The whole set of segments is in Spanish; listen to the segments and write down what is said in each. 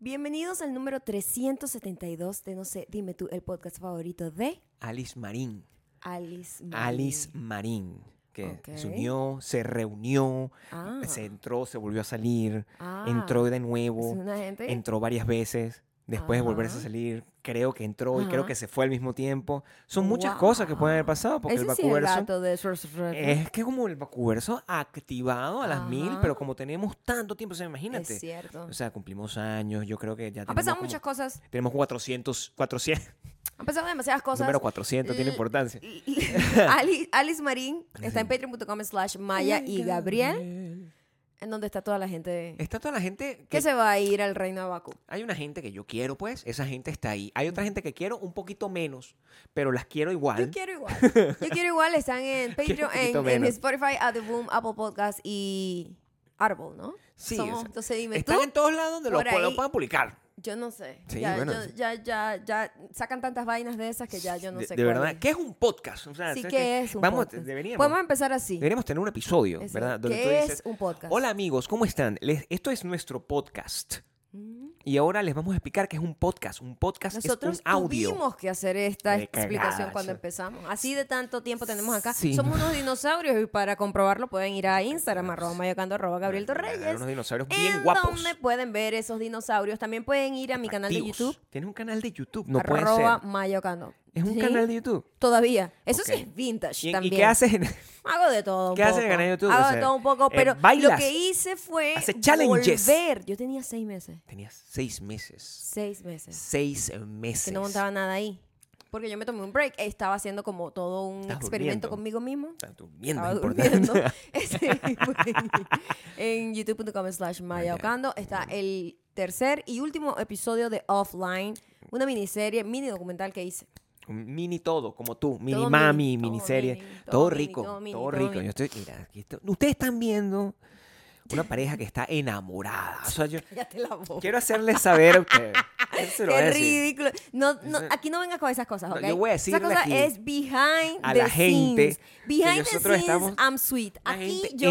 Bienvenidos al número 372 de No sé, dime tú, el podcast favorito de Alice Marín. Alice Marín. Alice Marín. Que Ok. se unió, se reunió, Ah. se entró, se volvió a salir, Ah. entró de Es nuevo, una gente. entró varias veces, después de volverse a Ajá. salir, creo que entró y creo Ajá. que se fue al mismo tiempo. Son muchas cosas que pueden haber pasado porque Ese el sí es el vacuverso. gato de Eh, Sorcerer. es que como el vacuverso activado a las mil, Ajá. pero como tenemos tanto tiempo, o sea, imagínate. Es cierto. O sea, cumplimos años, yo creo que ya han tenemos pasado como- muchas cosas. Tenemos 400, 400, Han pasado demasiadas cosas. número 400 tiene L- importancia. Alice, Alice Marín está en patreon.com slash Maya y Gabriel, en donde está toda la gente Está toda la gente que que... se va a ir al reino de Baku. Hay una gente que yo quiero, pues. Esa gente está ahí. Hay otra gente que quiero un poquito menos, pero las quiero Yo igual. quiero igual. Yo quiero igual. Están en Patreon, en, poquito en menos. Spotify, At The Boom, Apple Podcast y Arbol, ¿no? Sí, Somos- o sea, entonces dime tú. Están en todos lados donde lo, por pu- lo ahí. puedan publicar. Yo no sé. Sí, ya, bueno. yo- ya, ya, ya sacan tantas vainas de esas que ya yo no de, sé de cuál verdad, es. ¿qué es un podcast? O sea, Sí ¿sabes que qué? es un Vamos, podcast. deberíamos, Podemos empezar así. deberíamos tener un episodio, Es- ¿verdad? Donde ¿qué tú dices, es un podcast? hola amigos, ¿cómo están? Les- esto es nuestro podcast. Y ahora les vamos a explicar qué es un podcast. Un podcast Mm, Nosotros es un audio. tuvimos que hacer esta De cagada, explicación cuando sí. empezamos. Así de tanto tiempo tenemos acá. Sí. Somos unos dinosaurios y para comprobarlo pueden ir a Instagram, arroba mayocando, arroba Gabriel Torreyes. Unos dinosaurios bien en guapos. donde pueden ver esos dinosaurios. También pueden ir a mi canal de Activos. YouTube, Tienes un canal de YouTube, no puede arroba ser. mayocando. Es un Sí, canal de YouTube. Todavía. Eso Ok. sí es vintage ¿Y, y también. qué haces en- Hago de todo. un ¿Qué haces poco. en el canal de YouTube? Hago O de sea, todo un poco, eh, pero lo ¿bailas? que hice fue Haces challenges. volver. Yo tenía seis meses. Tenías seis meses. Seis meses. Seis meses. Que no montaba nada ahí. Porque yo me tomé un break. Estaba haciendo como todo un Estás experimento durmiendo. conmigo mismo. Estás durmiendo, Estaba importante. durmiendo. Sí, fue en youtube.com slash mayaocando está el tercer y último episodio de Offline. Una miniserie, mini documental que hice. Un Mini todo, como tú. Mini mini, mami, todo miniserie. mini, todo todo, mini, rico. todo Todo, mini, todo rico. mini. Yo estoy, mira, aquí estoy- Ustedes están viendo una pareja que está enamorada. O sea, yo Cállate la boca. quiero hacerles saber a ustedes. Eso se lo voy a Qué decir. ridículo. No, no, Eso- aquí no vengas con esas cosas, No, ¿ok? yo voy a Esa decirle cosa aquí es behind a the la gente scenes. que Behind the nosotros scenes, estamos- I'm sweet. La Aquí gente yo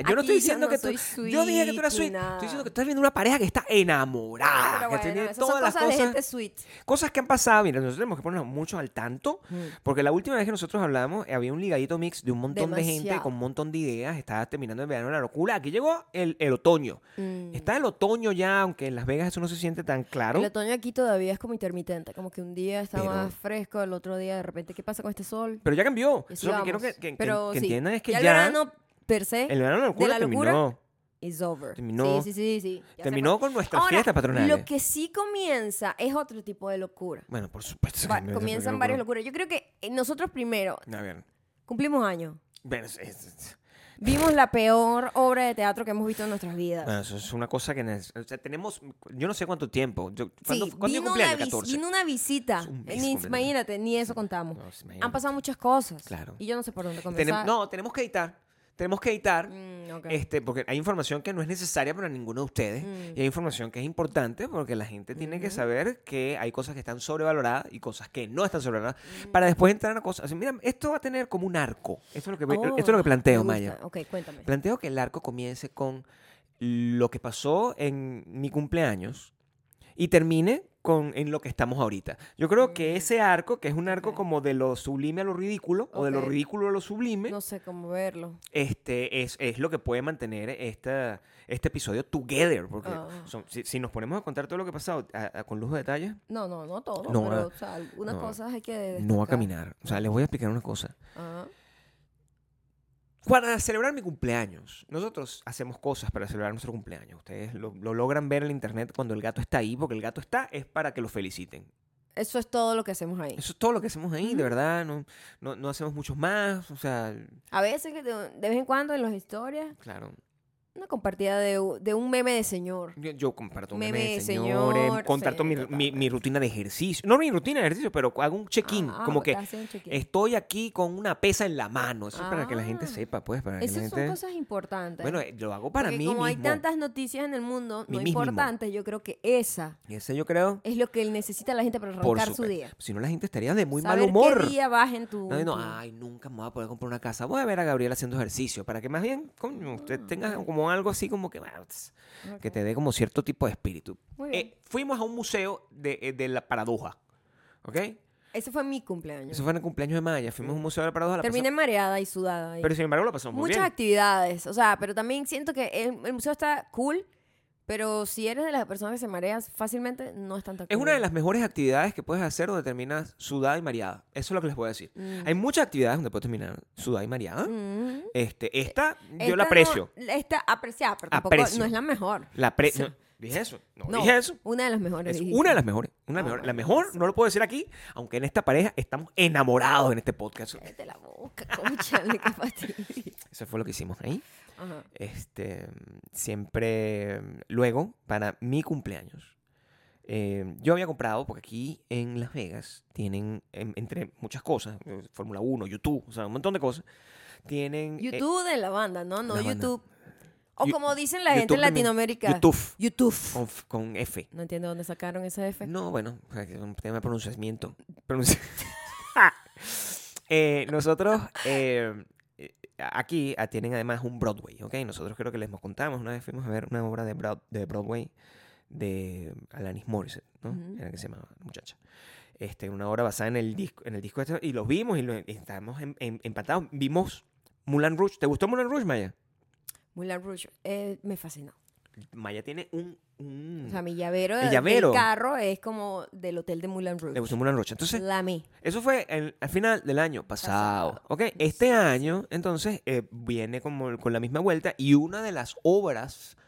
no. Yo no Aquí estoy diciendo no que tú. soy yo dije que sweet tú eras ni sweet. nada. Estoy diciendo que estás viendo una pareja que está enamorada. Pero que bueno, tiene esas son todas las cosas, cosas. de gente sweet. Cosas que han pasado, mira, nosotros tenemos que ponernos mucho al tanto, Mm, porque la última vez que nosotros hablamos eh, había un ligadito mix de un montón de gente Demasiado. con un montón de ideas, estaba terminando el verano la locura, aquí llegó el, el otoño. mm. Está el otoño ya, aunque en Las Vegas eso no se siente tan claro. El otoño aquí todavía es como intermitente, como que un día está Pero- más fresco, el otro día de repente, ¿qué pasa con este sol? Pero ya cambió. Y así Eso lo que quiero que, vamos. que- que- Pero que sí, entiendan es que ya, el verano per se el verano de la locura, la locura, terminó. is over. terminó. Sí, sí, sí, sí. Ya se Terminó fue. con nuestras Ahora, fiestas patronales. Lo que sí comienza es otro tipo de locura. Bueno, por supuesto. Va- que me- comienzan locura. varias locuras. Yo creo que eh, nosotros primero A ver. cumplimos años. Bueno, es- es- es- Vimos la peor obra de teatro que hemos visto en nuestras vidas. bueno, eso es una cosa que... nos- o sea, tenemos... Yo no sé cuánto tiempo. Yo, ¿Cuándo, sí, ¿cuándo yo vino, cumplí una año? vis- 14. vino una visita. Es un Eh, mes ni- completamente. imagínate, ni eso contamos. No, sí, Han imagínate. pasado muchas cosas. Claro. Y yo no sé por dónde Tenem- comenzar. no, tenemos que editar. Tenemos que editar. Mm, ok. Este, porque hay información que no es necesaria para ninguno de ustedes Mm. y hay información que es importante porque la gente tiene que saber que hay cosas que están sobrevaloradas y cosas que no están sobrevaloradas Mm. para después entrar a cosas. Así, mira, esto va a tener como un arco. Esto es lo que, Oh, esto es lo que planteo, me Maya. gusta. Ok, cuéntame. Planteo que el arco comience con lo que pasó en mi cumpleaños y termine con en lo que estamos ahorita. Yo creo que ese arco, que es un arco Mm. Ok. como de lo sublime a lo ridículo o de lo Ok. ridículo a lo sublime, No sé cómo verlo. este es, es lo que puede mantener esta, este episodio together. Porque Ah. son- si, si nos ponemos a contar todo lo que ha pasado a- a- con luz de detalles, No, no, no todo. No, pero, ah, o sea, algunas no, cosas hay que. no va a destacar. caminar. O sea, les voy a explicar una cosa. Ah, Para celebrar mi cumpleaños, nosotros hacemos cosas para celebrar nuestro cumpleaños. Ustedes lo, lo logran ver en la internet cuando el gato está ahí, porque el gato está es para que lo feliciten. Eso es todo lo que hacemos ahí. Eso es todo lo que hacemos ahí, de verdad. No, no, no hacemos muchos más. O sea, A veces, que de, de vez en cuando, en las historias, claro. una compartida de, u- de un meme de señor. Yo, yo comparto un Meme meme de de señores, señor, comparto sí, mi, mi- mi rutina de ejercicio. No mi rutina de ejercicio, pero hago un check-in. Ah, ah, como que hace un check-in. estoy aquí con una pesa en la mano. Eso es para que la gente Ah. sepa, pues. Para que la Esas gente... son cosas importantes. Bueno, eh, lo hago para Porque mí como mismo. hay tantas noticias en el mundo Mí no mismo. importantes, yo creo que esa Y ese yo creo, es lo que necesita la gente para por arrancar su supuesto. día. Si no, la gente estaría de muy Saber mal humor. qué día vas en tu... No, y no, ah, tu- Mm. ay, nunca me voy a poder comprar una casa. Voy a ver a Gabriel haciendo ejercicio. Para que más bien, coño, usted tenga como como algo así como que, bueno, tss, que te dé como cierto tipo de espíritu. Muy Eh, bien. fuimos a un museo de, eh, de la paradoja, ¿ok? Ese fue mi cumpleaños. Eso fue en el cumpleaños de Maya, fuimos a un museo de la paradoja. la Terminé pasamos- mareada y sudada. ahí. pero sin embargo lo pasamos muy Muchas bien. actividades, o sea, pero también siento que el, el museo está cool, pero si eres de las personas que se mareas fácilmente, no es tanta Es una de las mejores actividades que puedes hacer donde terminas sudada y mareada. Eso es lo que les puedo decir. Mm. Hay muchas actividades donde puedes terminar sudada y mareada. Este, esta, yo la aprecio. esta apreciada, pero tampoco Aprecio. no es la mejor. La pre- no, dije eso. No, No, dije eso. una de las mejores. Es dijiste. una de las mejores. Ah, Una de las mejores. La bueno, mejor, no lo puedo decir aquí, aunque en esta pareja estamos enamorados en este podcast. Cállate la boca, cónchale, qué fastidio. Eso fue lo que hicimos ahí. Ajá. Este, siempre, mm, luego, para mi cumpleaños, eh, yo había comprado, porque aquí en Las Vegas tienen, en- entre muchas cosas, eh, Fórmula 1, YouTube, o sea, un montón de cosas, tienen... eh, YouTube de la banda, ¿no? No la banda. YouTube. O Yu- como dicen la gente YouTube en también. Latinoamérica. YouTube, YouTube. con, f- con F. No entiendo dónde sacaron esa F. No, bueno, o sea, que es un tema de pronunciamiento. Pronunci- Eh, nosotros eh, eh, aquí ah, tienen además un Broadway, ¿ok? Nosotros creo que les contamos, una vez fuimos a ver una obra de, Broad- de Broadway de Alanis Morissette, ¿no? Ujú. Era que se llamaba la muchacha. Este, una obra basada en el disco, en el disco este, y los vimos y, lo, y estábamos en- en- empatados. Vimos Mulan Rouge. ¿Te gustó Mulan Rouge, Maya? Moulin Rouge. Eh, me fascinó. Maya tiene un... un- O sea, mi llavero, El del- Mm. llavero. del carro es como del hotel de Moulin Rouge. le gustó Mulan Rouge. Entonces, La mi. Eso fue el- al final del año pasado. Pasado. ¿ok? Sí, Este sí. año, entonces, eh, viene como con la misma vuelta y una de las obras,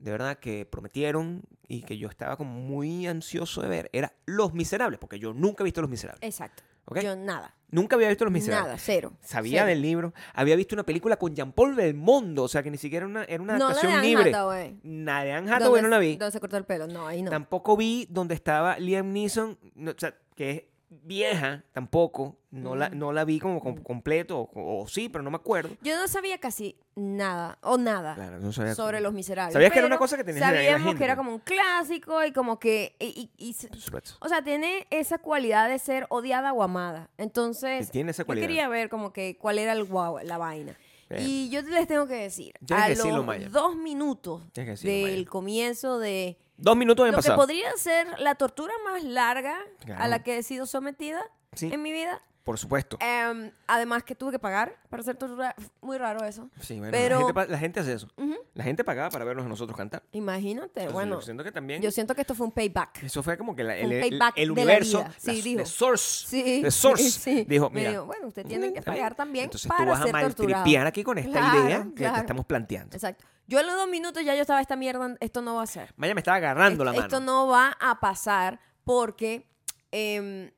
de verdad, que prometieron y que yo estaba como muy ansioso de ver era Los Miserables, porque yo nunca he visto Los Miserables. Exacto. ¿ok? Yo nada. Nunca había visto Los Miserables. Nada, cero. Sabía cero. del libro, había visto una película con Jean-Paul Belmondo, o sea que ni siquiera una, era No la una de adaptación Anne libre. Hathaway. Nada de Anne Donde Hathaway no la se- vi. Donde se cortó el pelo. No, ahí no. Tampoco vi donde estaba Liam Neeson, no, o sea, que es vieja, tampoco. No, la, Ujú. no la vi como com- Mm. completo, o, o sí, pero no me acuerdo. Yo no sabía casi nada, o nada. Claro, no sabía. Ah, sobre los miserables. Sabías que era una pero cosa que tenías en la- en la Sabíamos agenda, que era pues. como un clásico y como que. y- y- y se- Por supuesto. o sea, tiene esa cualidad de ser odiada o amada. Sí, Entonces, tiene esa cualidad. Pues, yo quería ver como que cuál era el guau, la vaina. Bien. Y yo les tengo que decir, Tienes a que los decirlo, Maya. dos minutos Tienes que decirlo, del Maya. comienzo de Dos minutos de lo que pasado. podría ser la tortura más larga a Claro. la que he sido sometida Sí. en mi vida. Por supuesto. Em, además que tuve que pagar para ser torturada. Muy raro eso. Sí, bueno, pero- la, gente, pa- la gente hace eso. La gente pagaba para vernos a nosotros cantar. Imagínate, Entonces, bueno. yo siento que también. Yo siento que esto fue un payback. Eso fue como que la- el, Un el- payback el de la universo, vida. Sí, la- dijo. the source, Sí. the source, sí, sí. dijo, Me mira, mm, digo, bueno, usted tiene que está bien. pagar también Entonces para tú vas ser a torturado. maltripear aquí con esta Claro, idea que claro. te estamos planteando. Exacto. Yo a los dos minutos ya yo estaba esta mierda, esto no va a ser. Maya me estaba agarrando esto, la mano. esto no va a pasar porque em,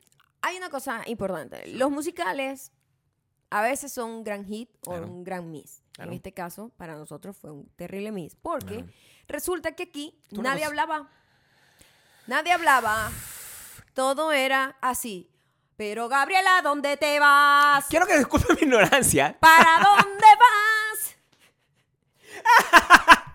hay una cosa importante. Los musicales a veces son un gran hit o Claro. un gran miss. Claro. En este caso, para nosotros fue un terrible miss porque Claro. resulta que aquí Tú no nadie lo- hablaba. Nadie hablaba. Todo era así. Pero Gabriela, ¿dónde te vas? Quiero que disculpen mi ignorancia. ¿Para dónde vas?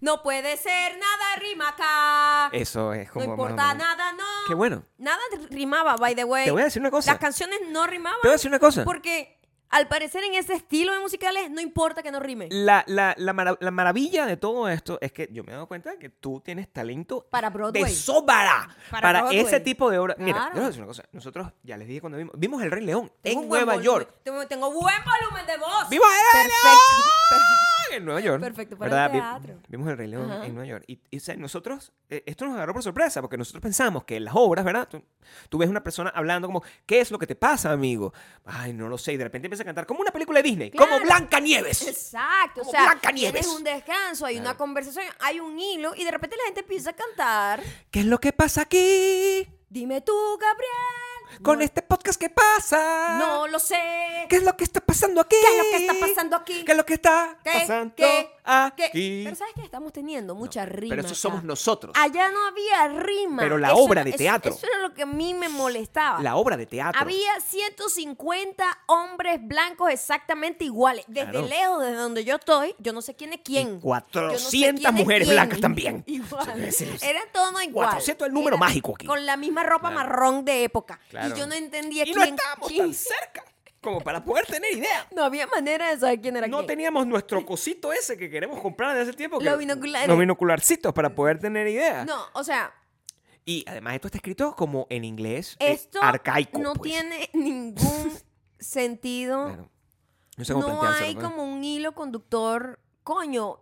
No puede ser nada rima acá. Eso es No como. más o importa menos. nada, no. Qué bueno. Nada rimaba, by the way. Te voy a decir una cosa. Las canciones no rimaban. Te voy a decir una cosa. Porque al parecer en ese estilo de musicales no importa que no rime. La, la, la, mara- la maravilla de todo esto es que yo me he dado cuenta que tú tienes talento Para Broadway. de sobra para, Para Broadway. ese tipo de obra. Mira, Claro. yo les voy a decir una cosa. Nosotros ya les dije cuando vimos. Vimos El Rey León Tengo en un buen Nueva volumen. York. Tengo, tengo buen volumen de voz. ¡Vimos El Rey Perfecto. León en Nueva York! Perfecto para ¿Verdad? el Vi- teatro. Vimos El Rey León Ajá. en Nueva York. Y, y, o sea, nosotros, eh, esto nos agarró por sorpresa porque nosotros pensamos que en las obras, ¿verdad? Tú, tú ves una persona hablando como, ¿qué es lo que te pasa, amigo? Ay, no lo sé. Y de repente empieza a cantar como una película de Disney, como Claro. Blanca Nieves. Exacto, Como o sea, Blancanieves. tienes un descanso, hay una Claro. conversación, hay un hilo y de repente la gente empieza a cantar. ¿Qué es lo que pasa aquí? Dime tú, Gabriel. Con no, este podcast, ¿qué pasa? no lo sé. ¿Qué es lo que está pasando aquí? ¿Qué es lo que está pasando aquí? ¿Qué es lo que está ¿Qué? pasando ¿Qué? ¿Qué? aquí? Pero sabes que estamos teniendo mucha rima. Pero eso acá. somos nosotros. Allá no había rima. Pero la Eso obra era- de eso- teatro. Eso, era lo que a mí me molestaba. La obra de teatro. Había 150 hombres blancos exactamente iguales. Desde Claro. lejos, desde donde yo estoy, yo no sé quién es quién. Yo no sé 400 quién es mujeres quién. blancas también. Igual. O sea, es- es- Era todo igual. 400 es el número Era mágico aquí. Con la misma ropa Claro. marrón de época. Claro. Y yo no entendía Y quién. no estábamos quién- tan cerca. como para poder tener idea. No había manera de saber quién era No quién. teníamos nuestro cosito ese que queremos comprar desde hace tiempo. que- Los binoculares. Mm. Los binocularcitos para poder tener idea. No, o sea, Y además esto está escrito como en inglés eh, esto arcaico. no pues. tiene ningún sentido. Claro. No sé cómo no planteárselo, hay pues. como un hilo conductor. Coño.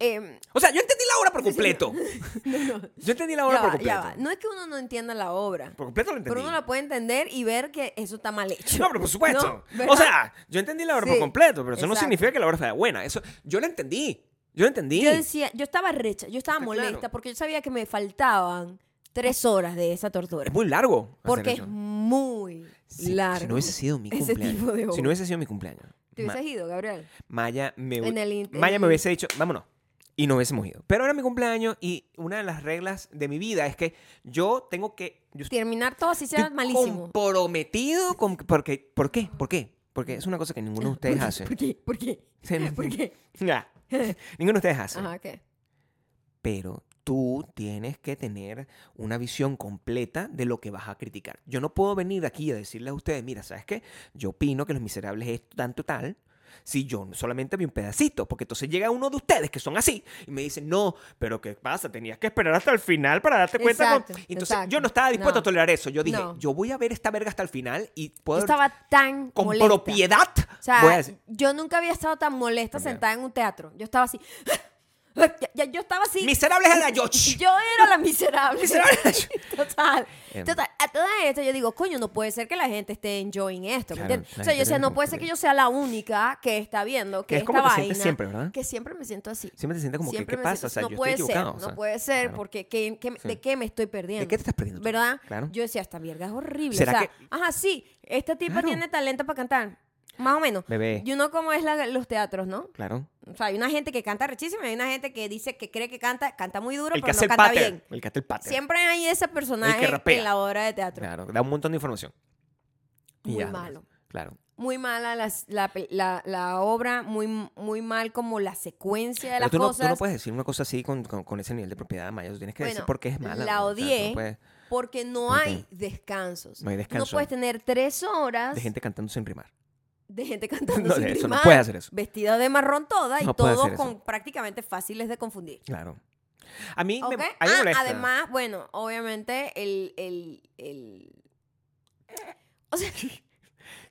em, O sea, yo entendí la obra por completo. Yo entendí la obra ya por va, ya completo. va. No es que uno no entienda la obra, Por completo lo entendí. pero uno la puede entender y ver que eso está mal hecho. No, pero por supuesto. ¿No? ¿Verdad? o sea, yo entendí la obra Sí, por completo, pero eso no exacto. significa que la obra sea buena. Eso, yo la entendí. Yo la entendí. yo decía, yo estaba recha, yo estaba Está molesta claro. porque yo sabía que me faltaban tres horas de esa tortura. es muy largo. hacer Porque es eso. muy Si- largo. Si no hubiese sido mi ese cumpleaños. tipo de si obra. no hubiese sido mi cumpleaños. ¿Te Ma- hubieses ido, Gabriel? Maya me, hu- En el in- Maya en me el- hubiese dicho, vámonos. Y no hubiésemos ido. Pero era mi cumpleaños y una de las reglas de mi vida es que yo tengo que... Yo Terminar todo así sea estoy malísimo. comprometido con... Porque, ¿Por qué? ¿Por qué? Porque es una cosa que ninguno de ustedes hace. ¿Por qué? ¿Por qué? Sí, no- ¿Por qué? Ya. Ninguno de ustedes hace. Ajá, ¿qué? Pero tú tienes que tener una visión completa de lo que vas a criticar. Yo no puedo venir aquí a decirles a ustedes, mira, ¿sabes qué? Yo opino que Los Miserables es tanto tal. Si yo solamente vi un pedacito, porque entonces llega uno de ustedes que son así y me dice, no, pero ¿qué pasa? Tenías que esperar hasta el final para darte cuenta. con-". Exacto, Entonces exacto. yo no estaba dispuesto No. a tolerar eso. Yo dije, No. yo voy a ver esta verga hasta el final y Yo puedo... estaba tan con molesta. propiedad. O sea, voy a decir- yo nunca había estado tan molesta También. sentada en un teatro. Yo estaba así. Ya- ya- yo estaba así. Miserables a la George. Yo era la miserable. Miserable a la George. Total. Em. Total. A todas estas yo digo, coño, no puede ser que la gente esté enjoying esto. ¿me Claro, entiendes? la o sea, yo gente decía, tiene no puede ser que como- yo sea la única que está viendo que Es esta como te vaina. sientes siempre, ¿verdad? Que siempre me siento así. Siempre te sientes como que, Siempre ¿qué me pasa? siento- O sea, no yo estoy puede ser, equivocado, o sea, no puede ser, claro. porque ¿qué- qué- Sí. ¿de qué me estoy perdiendo? ¿De qué te estás perdiendo tú? ¿Verdad? Claro. Yo decía, esta mierda es horrible. ¿Será o sea, que- ajá, sí, esta tipa Claro. tiene talento para cantar. Más o menos. Bebé. Y uno como es la- los teatros, ¿no? Claro. O sea, hay una gente que canta rechísimo y hay una gente que dice que cree que canta, canta muy duro, el que pero hace no el canta pater. bien. El que hace el pater. Siempre hay ese personaje rapea. en la obra de teatro. Claro, da un montón de información. Y Muy ya, pues, malo. Claro. Muy mala las- la, pe- la- la obra, muy, muy mal como la secuencia de Pero las tú no, tú cosas. no puedes decir una cosa así con, con, con ese nivel de propiedad, Maya. Tú tienes que decir Bueno, por qué es mala. la ¿no? O sea, tú no odié. puedes- Porque no Ok. hay descansos. No hay Tú descanso. puedes tener tres horas de gente cantando sin rimar. de gente cantando No, sin de eso, no rimar, puedes hacer eso. Vestida de marrón toda y No puedes todo hacer eso. con prácticamente fáciles de confundir. Claro. A mí ¿Ok? me, a mí me Ah, molesta. además, bueno, obviamente el, el, el... O sea,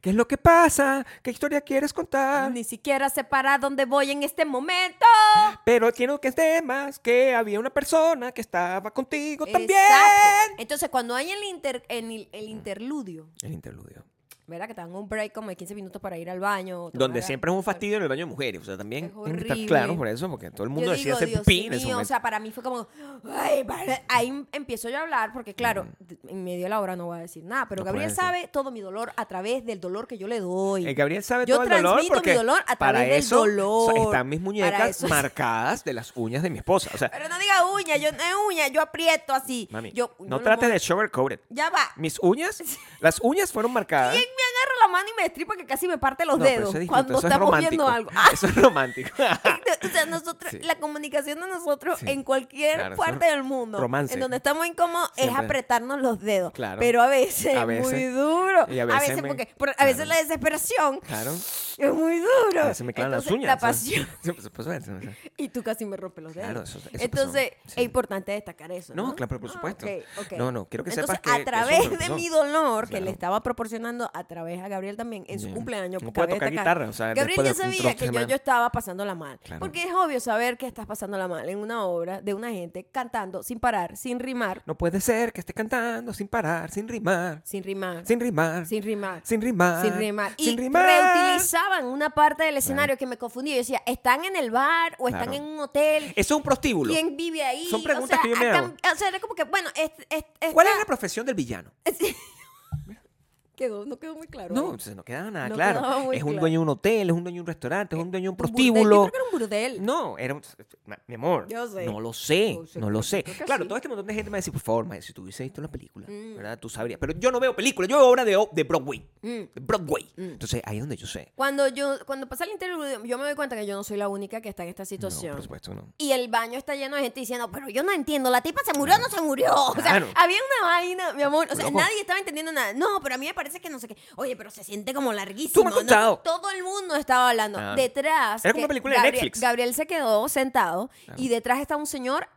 ¿Qué es lo que pasa? ¿Qué historia quieres contar? ni siquiera sé para dónde voy en este momento. Pero tiene que ser más que había una persona que estaba contigo Exacto. también. Entonces, cuando hay el, inter- en el, el interludio, El interludio. ¿verdad? Que te dan un break como de 15 minutos para ir al baño. o tomar Donde algo. siempre es un fastidio en el baño de mujeres. O sea, también Es tienen que estar horrible. claros por eso, porque todo el mundo yo decía digo, hacer Dios pipí en ese mío, o momento. sea, para mí fue como, ay, vale. ahí em- empiezo yo a hablar, porque claro, d- en medio de la hora no voy a decir nada, pero No Gabriel puedes decir. sabe todo mi dolor a través del dolor que yo le doy. El Eh, Gabriel sabe Yo todo el dolor transmito mi porque dolor a para través del eso dolor. o sea, están mis Para muñecas eso- marcadas de las uñas de mi esposa. O sea, Pero no diga uña, yo no es uña, yo aprieto así. mami, yo, yo no trates puedo- de ¿Ah? sugarcoat it. Ya va. Mis uñas, las uñas fueron marcadas. ¿Quién me agarra la mano y me estripa que casi me parte los No, pero dedos eso es distinto, cuando eso es estamos romántico. viendo algo? Ah, Eso es romántico. o sea, nosotros, Sí. la comunicación de nosotros Sí. en cualquier Claro, eso es parte del mundo, romance. en donde estamos incómodos, es Siempre. apretarnos los dedos. Claro. Pero a veces, A es muy veces. duro. Y a a veces, veces me- porque, por- a veces Claro. la desesperación claro. es muy duro. A veces me clavan las Entonces, uñas. La o sea, pasión. sí, por supuesto, o sea, Y tú casi me rompes los dedos. Claro, eso- eso pasó, Entonces, sí. es importante destacar eso. No, No, claro, pero por Ah, supuesto. ok, ok. No, no, quiero que Entonces, sepas que a eso través me de pasó. mi dolor, que le Claro. estaba proporcionando a través a Gabriel también en su Sí. cumpleaños. No cabe puede tocar destacar, guitarra, o sea, Gabriel después ya de un sabía trozo de que yo, semana. yo estaba pasándola mal. Claro. Porque es obvio saber que estás pasándola mal en una obra de una gente cantando sin parar, sin rimar, No puede ser que esté cantando sin parar, sin rimar, sin rimar, sin rimar, sin rimar. sin rimar, Sin rimar. Y sin rimar. reutilizaban una parte del escenario que me confundía. Yo decía, ¿están en el bar o están Claro. en un hotel? Eso es un prostíbulo. ¿Quién vive ahí? Son O preguntas sea, que yo me acá- hago. O sea, era como que, bueno, es, es- es- ¿Cuál es la profesión del villano? quedó, no quedó muy claro. No, ahí. se no quedaba nada No claro. quedaba muy Es un claro. Eh, dueño de un hotel, es un dueño de un restaurante, es un dueño de un burdel. Yo prostíbulo. creo que era un burdel. No, era un, na- mi amor, Yo sé. no lo sé, Yo sé, no lo yo sé. creo que Claro, sí. todo este montón de gente me dice, por favor, Maya, si tú hubiese visto la película, Mm. ¿verdad? Tú sabrías. Pero yo no veo películas, yo veo obras de, o- de Broadway. Mm. De Broadway. Mm. Entonces, ahí es donde yo sé. Cuando yo, cuando pasa el interludio, yo me doy cuenta que yo no soy la única que está en esta No, situación. por supuesto, no. y el baño está lleno de gente diciendo, pero yo no entiendo, la tipa se murió o no se murió. O sea, Claro. había una vaina, mi amor. O sea, Loco. nadie estaba entendiendo nada. No, pero a mí me parece que no sé qué. Oye, pero se siente como larguísimo. Tú me has ¿no? contado. Todo el mundo estaba hablando. Ah. Detrás. Era como que una película de Gabriel- Netflix. Gabriel se quedó sentado Claro. y detrás está un señor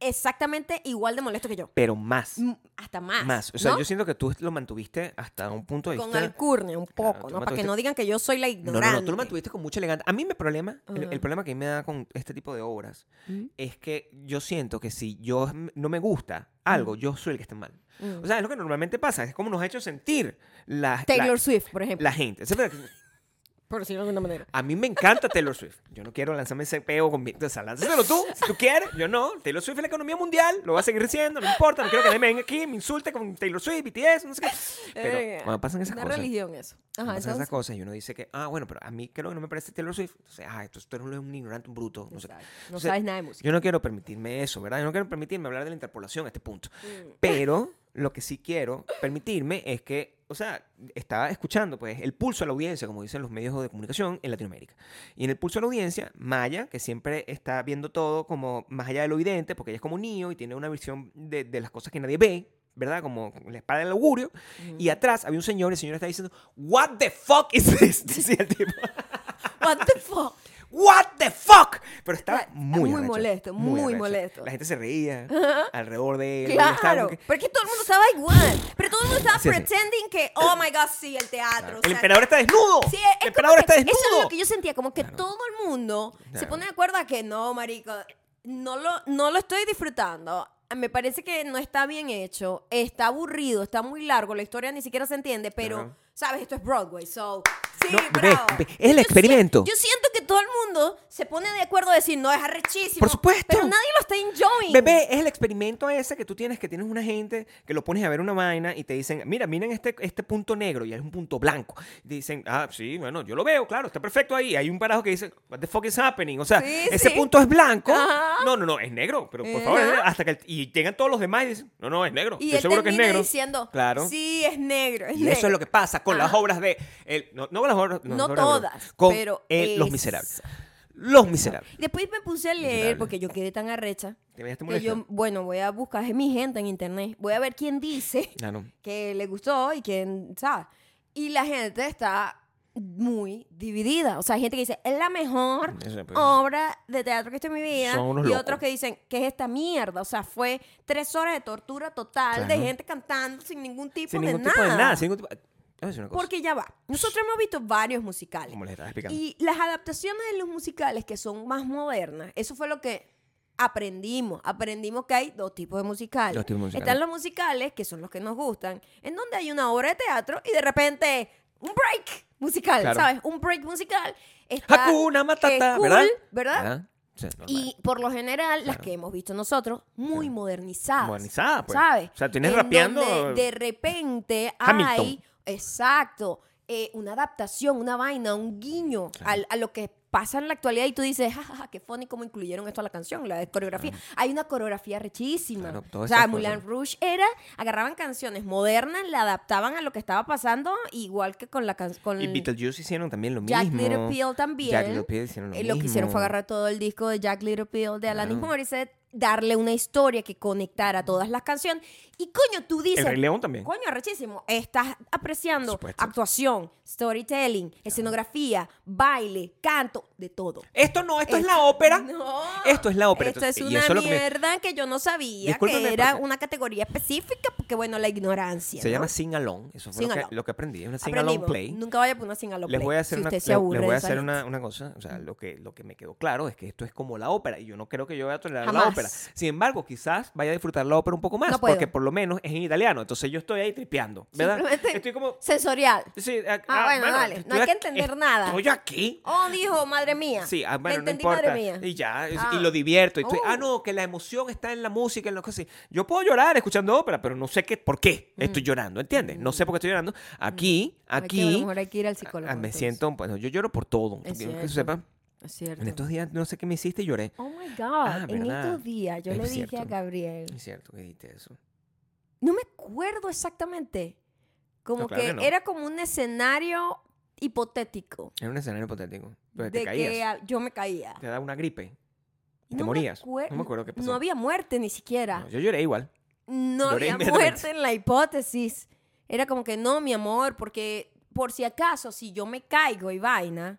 exactamente igual de molesto que yo. Pero más. M- Hasta más. Más. O sea, ¿no? yo siento que tú lo mantuviste hesta un punto de Con vista. alcurnia un Claro, poco, tú ¿no? Para que mantuviste- no digan que yo soy la No, no, ignorante. no, tú lo mantuviste con mucha elegancia. A mí mi problema, el- el, Ajá. problema que a mí me da con este tipo de obras Mm. es que yo siento que si yo m- no me gusta algo, yo soy el que está mal. Mm. O sea, es lo que normalmente pasa, es como nos ha hecho sentir la, la- Taylor Swift, por ejemplo. la gente. O sea, pero- Por decirlo de alguna manera. A mí me encanta Taylor Swift. Yo no quiero lanzarme ese peo con mi... O sea, lánzaselo tú, si tú quieres. Yo no. Taylor Swift es la economía mundial. Lo va a seguir siendo, no importa. No quiero que nadie me venga aquí, me insulte con Taylor Swift, BTS, no sé qué. Pero Eh, cuando pasan esas una cosas... religión eso. Ajá, Ajá, pasan entonces. esas cosas y uno dice que, ah, bueno, pero a mí creo que no me parece Taylor Swift. Entonces, ah, entonces tú eres un un ignorante, un bruto. No, sé. Exacto. No Entonces, sabes nada de música. Yo no quiero permitirme eso, ¿verdad? Yo no quiero permitirme hablar de la interpolación a este punto. Pero lo que sí quiero permitirme es que, o sea, estaba escuchando pues el pulso a la audiencia, como dicen los medios de comunicación en Latinoamérica. Y en el pulso a la audiencia, Maya, que siempre está viendo todo como más allá de lo evidente, porque ella es como niño y tiene una visión de, de las cosas que nadie ve. ¿Verdad? Como la espada del augurio. Y atrás había un señor y el señor está diciendo, ¿What the fuck is this? Decía el tipo. What the fuck? What the fuck? Pero estaba Está muy, muy arrecho, molesto, muy arrecho. molesto. La gente se reía alrededor de él. él estaba Claro, como que- porque todo el mundo estaba igual. Pero todo el mundo estaba Sí, sí. pretending que, oh my god, sí, el teatro. o "Ah, el sea, emperador está desnudo. sí, es- es el como emperador que- está desnudo. Eso es lo que yo sentía, como que todo el mundo se Claro. pone de acuerdo a que no, marico, no lo, no lo estoy disfrutando. Ah, Me parece que no está bien hecho, está aburrido, está muy largo, la historia ni siquiera se entiende, pero, Claro. ¿sabes? Esto es Broadway, so... Sí, No, ve, bravo. ve, es el Yo experimento. si- Yo siento que todo el mundo se pone de acuerdo a decir, no, es arrechísimo. Por supuesto. Pero nadie lo está enjoying. Bebé, es el experimento ese que tú tienes, que tienes una gente que lo pones a ver una vaina y te dicen, mira, miren este, este punto negro y es un punto blanco. Dicen, ah, sí, bueno, yo lo veo, claro, está perfecto ahí. Hay un parajo que dice, what the fuck is happening? O sea, Sí, ese sí. punto es blanco. Ajá. No, no, no, es negro, pero por favor, Ajá. es negro. hasta que el- y llegan todos los demás y dicen, no, no, es negro. Y Estoy él seguro que es termina negro. diciendo, claro. sí, es negro. Y eso es lo que pasa con las Ajá. obras de. el- no, no con las obras. No con las obras de- todas, Con pero el- Los es- Miserables. Los Miserables. Después me puse a leer Miserable. porque yo quedé tan arrecha. ¿Te veías que yo, molesta? bueno, voy a buscar mi gente en internet. Voy a ver quién dice Ah, no. que le gustó y quién sabe. Y la gente está muy dividida. O sea, hay gente que dice, es la mejor Eso, pues. obra de teatro que he visto en mi vida. Son unos y locos. otros que dicen, ¿qué es esta mierda? O sea, fue tres horas de tortura total Claro. de gente cantando sin ningún tipo, Sin de, ningún nada. tipo de nada. Sin ningún tipo. Déjame decir una cosa. Porque ya va. Nosotros hemos visto varios musicales. Como les estaba explicando. Y las adaptaciones de los musicales que son más modernas, eso fue lo que aprendimos. Aprendimos que hay dos tipos de musicales. Dos tipos de musicales. Están los musicales, que son los que nos gustan, en donde hay una obra de teatro y de repente un break musical, Claro. ¿sabes? Un break musical. Está, que Hakuna es Matata, cool, ¿verdad? ¿Verdad? Ah, sí, normal. Y por lo general, las que hemos visto nosotros, muy modernizadas. Modernizada, pues. ¿Sabes? O sea, tienes En rapeando- donde de repente Hamilton. hay. Exacto. eh, una adaptación, una vaina, un guiño al- a, lo que pasa en la actualidad y tú dices, jajaja, qué funny cómo incluyeron esto a la canción, la coreografía. Hay una coreografía rechísima. Claro, o todas sea, estas Moulin cosas. Rouge era, agarraban canciones modernas, la adaptaban a lo que estaba pasando, igual que con la canción. Y Beetlejuice hicieron también lo Jack mismo. Little Pill también. Jack Little Pill hicieron lo Eh, mismo. que hicieron fue agarrar todo el disco de Jack Little Pill de Alanis Claro. Morissette, darle una historia que conectara todas las canciones. Y coño, tú dices. El Rey León también. Coño, arrechísimo. Estás apreciando Por supuesto. actuación, storytelling, escenografía, baile, canto, de todo. Esto no, esto es Esto- la ópera. No. Esto es la ópera. Esto es Y una eso es lo que me- mierda que, yo no sabía Discúlpeme, que era porque- una categoría específica, porque bueno, la ignorancia. Se ¿no? llama Sing Along. Eso fue Sing lo, along. que, lo que aprendí. Es una Sing Along Aprendimos. Play. Nunca vaya por una singalo Les play, voy a hacer, si una, usted se le- les aburre voy de a esa hacer gente. una, una cosa, o sea, lo que, lo que me quedó claro es que esto es como la ópera y yo no creo que yo vaya a tolerar la Jamás. ópera. Sin embargo, quizás vaya a disfrutar la ópera un poco más, No puedo. porque por lo menos es en italiano, entonces yo estoy ahí tripeando, ¿verdad? Simplemente- Estoy como... Sensorial. sí, ah, Ah, ah, bueno, dale, estoy no hay que aquí- entender nada. Estoy aquí. Oh, dijo, madre mía. Sí, ah, Le bueno, no entendí, importa. madre mía. Y ya, es- Ah. y lo divierto. y estoy- Uh. Ah, no, que la emoción está en la música, en las cosas así. Yo puedo llorar escuchando ópera, pero no sé qué, por qué estoy Mm. llorando, ¿entiendes? No sé por qué estoy llorando. Aquí, Hay que- a lo aquí, mejor hay que ir al psicólogo. Ah, me entonces. siento, bueno, yo lloro por todo. Es quiero que cierto. sepan. Es cierto. En estos días no sé qué me hiciste y lloré. Oh my God. Ah, en verdad. estos días yo Es le dije a cierto. Gabriel. Es cierto que dijiste eso. No me acuerdo exactamente. Como No, claro que, que no. era como un escenario hipotético. Era un escenario hipotético. Donde de te caías. que ah, yo me caía. Te da una gripe. Y No te me morías. acuer- No me acuerdo qué pasó. No había muerte ni siquiera. No, yo lloré igual. No Lloré había inmediatamente. muerte en la hipótesis. Era como que no, mi amor, porque por si acaso, si yo me caigo y vaina,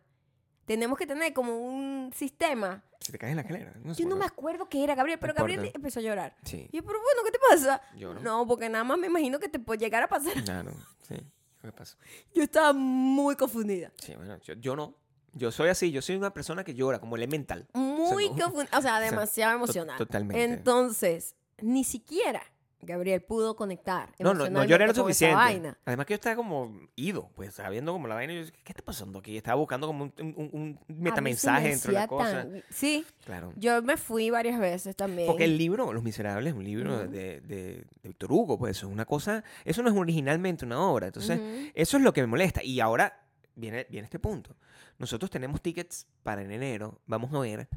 tenemos que tener como un sistema. Si te caes en la escalera. sé Yo no por me qué. acuerdo qué era Gabriel, pero importa. Gabriel empezó a llorar. Sí. Y yo, pero bueno, ¿qué te pasa? Lloro. No, porque nada más me imagino que te puede llegar a pasar. Claro. Sí. ¿Qué pasó? Yo estaba muy confundida. Sí, bueno, yo, yo no. Yo soy así. Yo soy una persona que llora como elemental. Muy no. confundida. O sea, demasiado emocional. totalmente. Entonces, ni siquiera Gabriel pudo conectar. No, no, no lloré lo emocionalmente con esa suficiente. vaina. Además que yo estaba como ido, pues estaba viendo como la vaina y yo, ¿qué está pasando aquí? Estaba buscando como un, un- un metamensaje dentro de la entre cosa. Sí, Claro. yo me fui varias veces también. Porque el libro, Los Miserables, es un libro Ujú. de, de- de Víctor Hugo, pues eso es una cosa, eso no es originalmente una obra. Entonces, Ujú. eso es lo que me molesta. Y ahora viene, viene este punto. Nosotros tenemos tickets para en enero, vamos a ver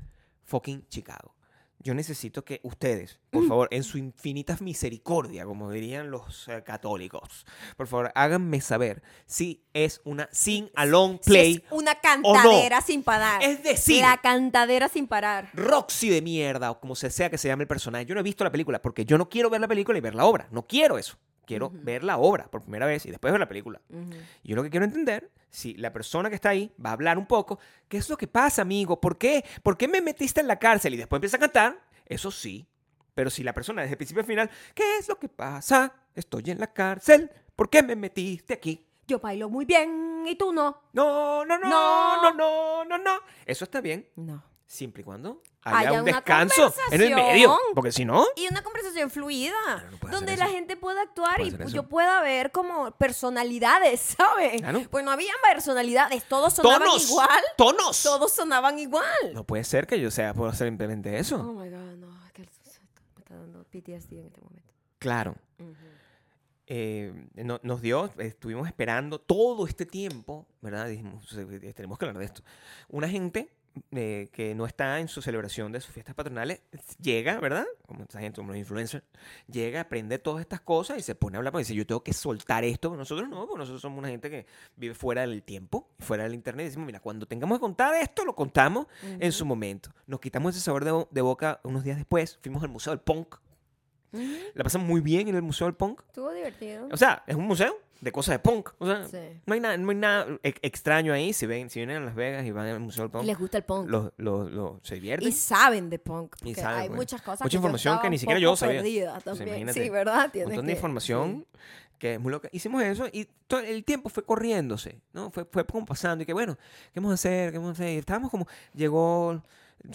fucking Chicago. Yo necesito que ustedes, por Mm. favor, en su infinita misericordia, como dirían los eh, católicos, por favor, háganme saber si es una sing along Si play. es una cantadera sin parar. Es decir- La cantadera sin parar. Roxy de mierda, o como se- sea que se llame el personaje. Yo no he visto la película porque yo no quiero ver la película y ver la obra. No quiero eso. Quiero ver la obra por primera vez y después ver la película. Ujú. Y yo lo que quiero entender, si la persona que está ahí va a hablar un poco, ¿qué es lo que pasa, amigo? ¿Por qué? ¿Por qué me metiste en la cárcel? Y después empieza a cantar, eso sí. Pero si la persona desde el principio al final, ¿qué es lo que pasa? Estoy en la cárcel. ¿Por qué me metiste aquí? Yo bailo muy bien y tú no. No, no, no, No. no, no, no, no. Eso está bien, No. siempre y cuando haya, Haya un una descanso en el medio. conversación. Porque si no, Y una conversación fluida, Pero no puede donde hacer la eso. gente pueda actuar No y puede hacer yo eso. pueda ver como personalidades, ¿sabes? Claro. Pues no habían personalidades, todos sonaban tonos, igual, tonos. todos sonaban igual. No puede ser que yo sea por simplemente eso. Oh my God, no, es que el- me está dando PTSD en este momento. Claro. eh, no- nos dio, estuvimos esperando todo este tiempo, ¿verdad? Dijimos, "Eh, tenemos que hablar de esto. Una gente eh, que no está en su celebración de sus fiestas patronales llega, ¿verdad? Como esa gente, como los influencers, llega, aprende todas estas cosas y se pone a hablar. Porque dice, yo tengo que soltar esto. Nosotros no, porque nosotros somos una gente que vive fuera del tiempo, fuera del internet. Decimos, mira, cuando tengamos que contar esto, lo contamos en su momento. Nos quitamos ese sabor de, bo- de boca unos días después. Fuimos al Museo del Punk. Ujú. La pasamos muy bien en el Museo del Punk. Estuvo divertido. O sea, es un museo de cosas de punk. O sea, Sí. no hay nada, no hay nada e- extraño ahí. Si, ven, si vienen a Las Vegas y van al Museo del Punk, Les gusta el punk. los- los- los- se divierten. Y saben de punk. Y porque saben, hay bueno. muchas cosas Mucha que yo información estaba que ni un siquiera poco yo sabía. perdida Entonces, también. imagínate, sí, ¿verdad? Un Tienes montón de que- información que es muy loca. Hicimos eso y todo el tiempo fue corriéndose, ¿no? Fue, fue como pasando y que, bueno, ¿qué vamos a hacer? ¿Qué vamos a hacer? Y estábamos como, llegó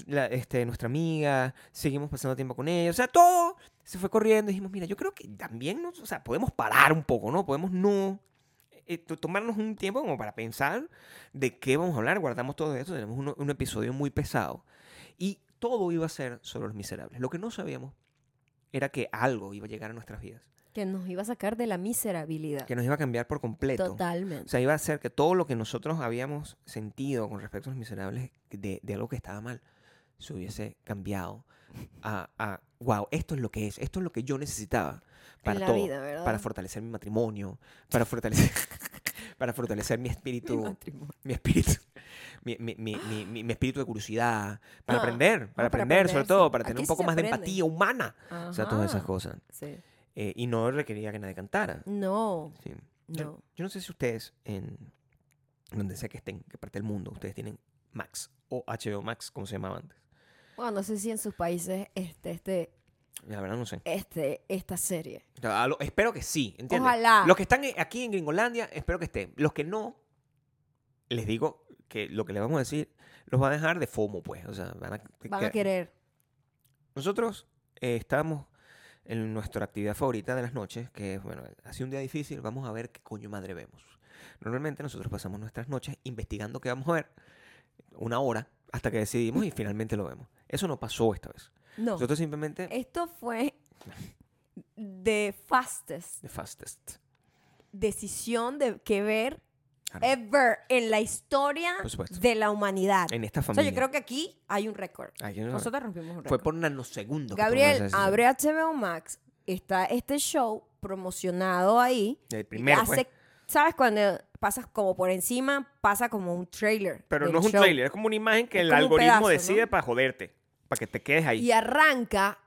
la- este, nuestra amiga, seguimos pasando tiempo con ella, o sea, todo se fue corriendo. Y dijimos, mira, yo creo que también, nos, o sea, podemos parar un poco, ¿no? Podemos no... eh, to- tomarnos un tiempo como para pensar de qué vamos a hablar, guardamos todo esto, tenemos uno- un episodio muy pesado. Y todo iba a ser sobre los miserables. Lo que no sabíamos era que algo iba a llegar a nuestras vidas sí, Que nos iba a sacar de la miserabilidad. que nos iba a cambiar por completo. O Totalmente. sea, iba a ser que todo lo que nosotros habíamos sentido con respecto a los miserables de, de algo que estaba mal se hubiese cambiado a, a wow, esto es lo que es, esto es lo que yo necesitaba para la todo, vida, ¿verdad? para fortalecer mi matrimonio, para fortalecer, para fortalecer mi Mi espíritu, matrimonio. mi espíritu, mi, mi- mi- mi- mi- mi espíritu de curiosidad, para Ah, aprender, para para aprender, sobre aprender, sí. todo, para tener Aquí un sí poco se más de aprende. empatía humana, o sea, todas esas Ajá. cosas. Sí. Eh, y no requería que nadie cantara. No, Sí. Yo- no. Yo no sé si ustedes, en donde sea que estén, que parte del mundo, ustedes tienen Max o HBO Max, como se llamaba antes. Bueno, no sé si en sus países este, este, La verdad no sé. este, esta serie. O sea, a lo- espero que sí, ¿entiendes? Ojalá. Los que están en- aquí en Gringolandia, espero que estén. Los que no, les digo que lo que les vamos a decir los va a dejar de FOMO, pues. O sea, van a, Van a que- querer. Nosotros eh, estábamos en nuestra actividad favorita de las noches, que es, bueno, ha sido un día difícil, vamos a ver qué coño madre vemos. Normalmente nosotros pasamos nuestras noches investigando qué vamos a ver, una hora, hasta que decidimos y finalmente lo vemos. Eso no pasó esta vez. No. Nosotros simplemente... Esto fue the fastest The fastest. decisión de que ver Claro. ever en la historia Por supuesto. de la humanidad. En esta O sea, familia. yo creo que aquí hay un récord. Hay un récord. Nosotros rompimos un Fue récord. por nanosegundos. que Gabriel, tomaron esa decisión. abre HBO Max. Está este show promocionado ahí. El primero, Y hace- pues. ¿Sabes? Cuando pasas como por encima, pasa como un trailer. Pero del no es un show. trailer, es como una imagen que Es el como un algoritmo pedazo, ¿no? decide para joderte, para que te quedes ahí. Y arranca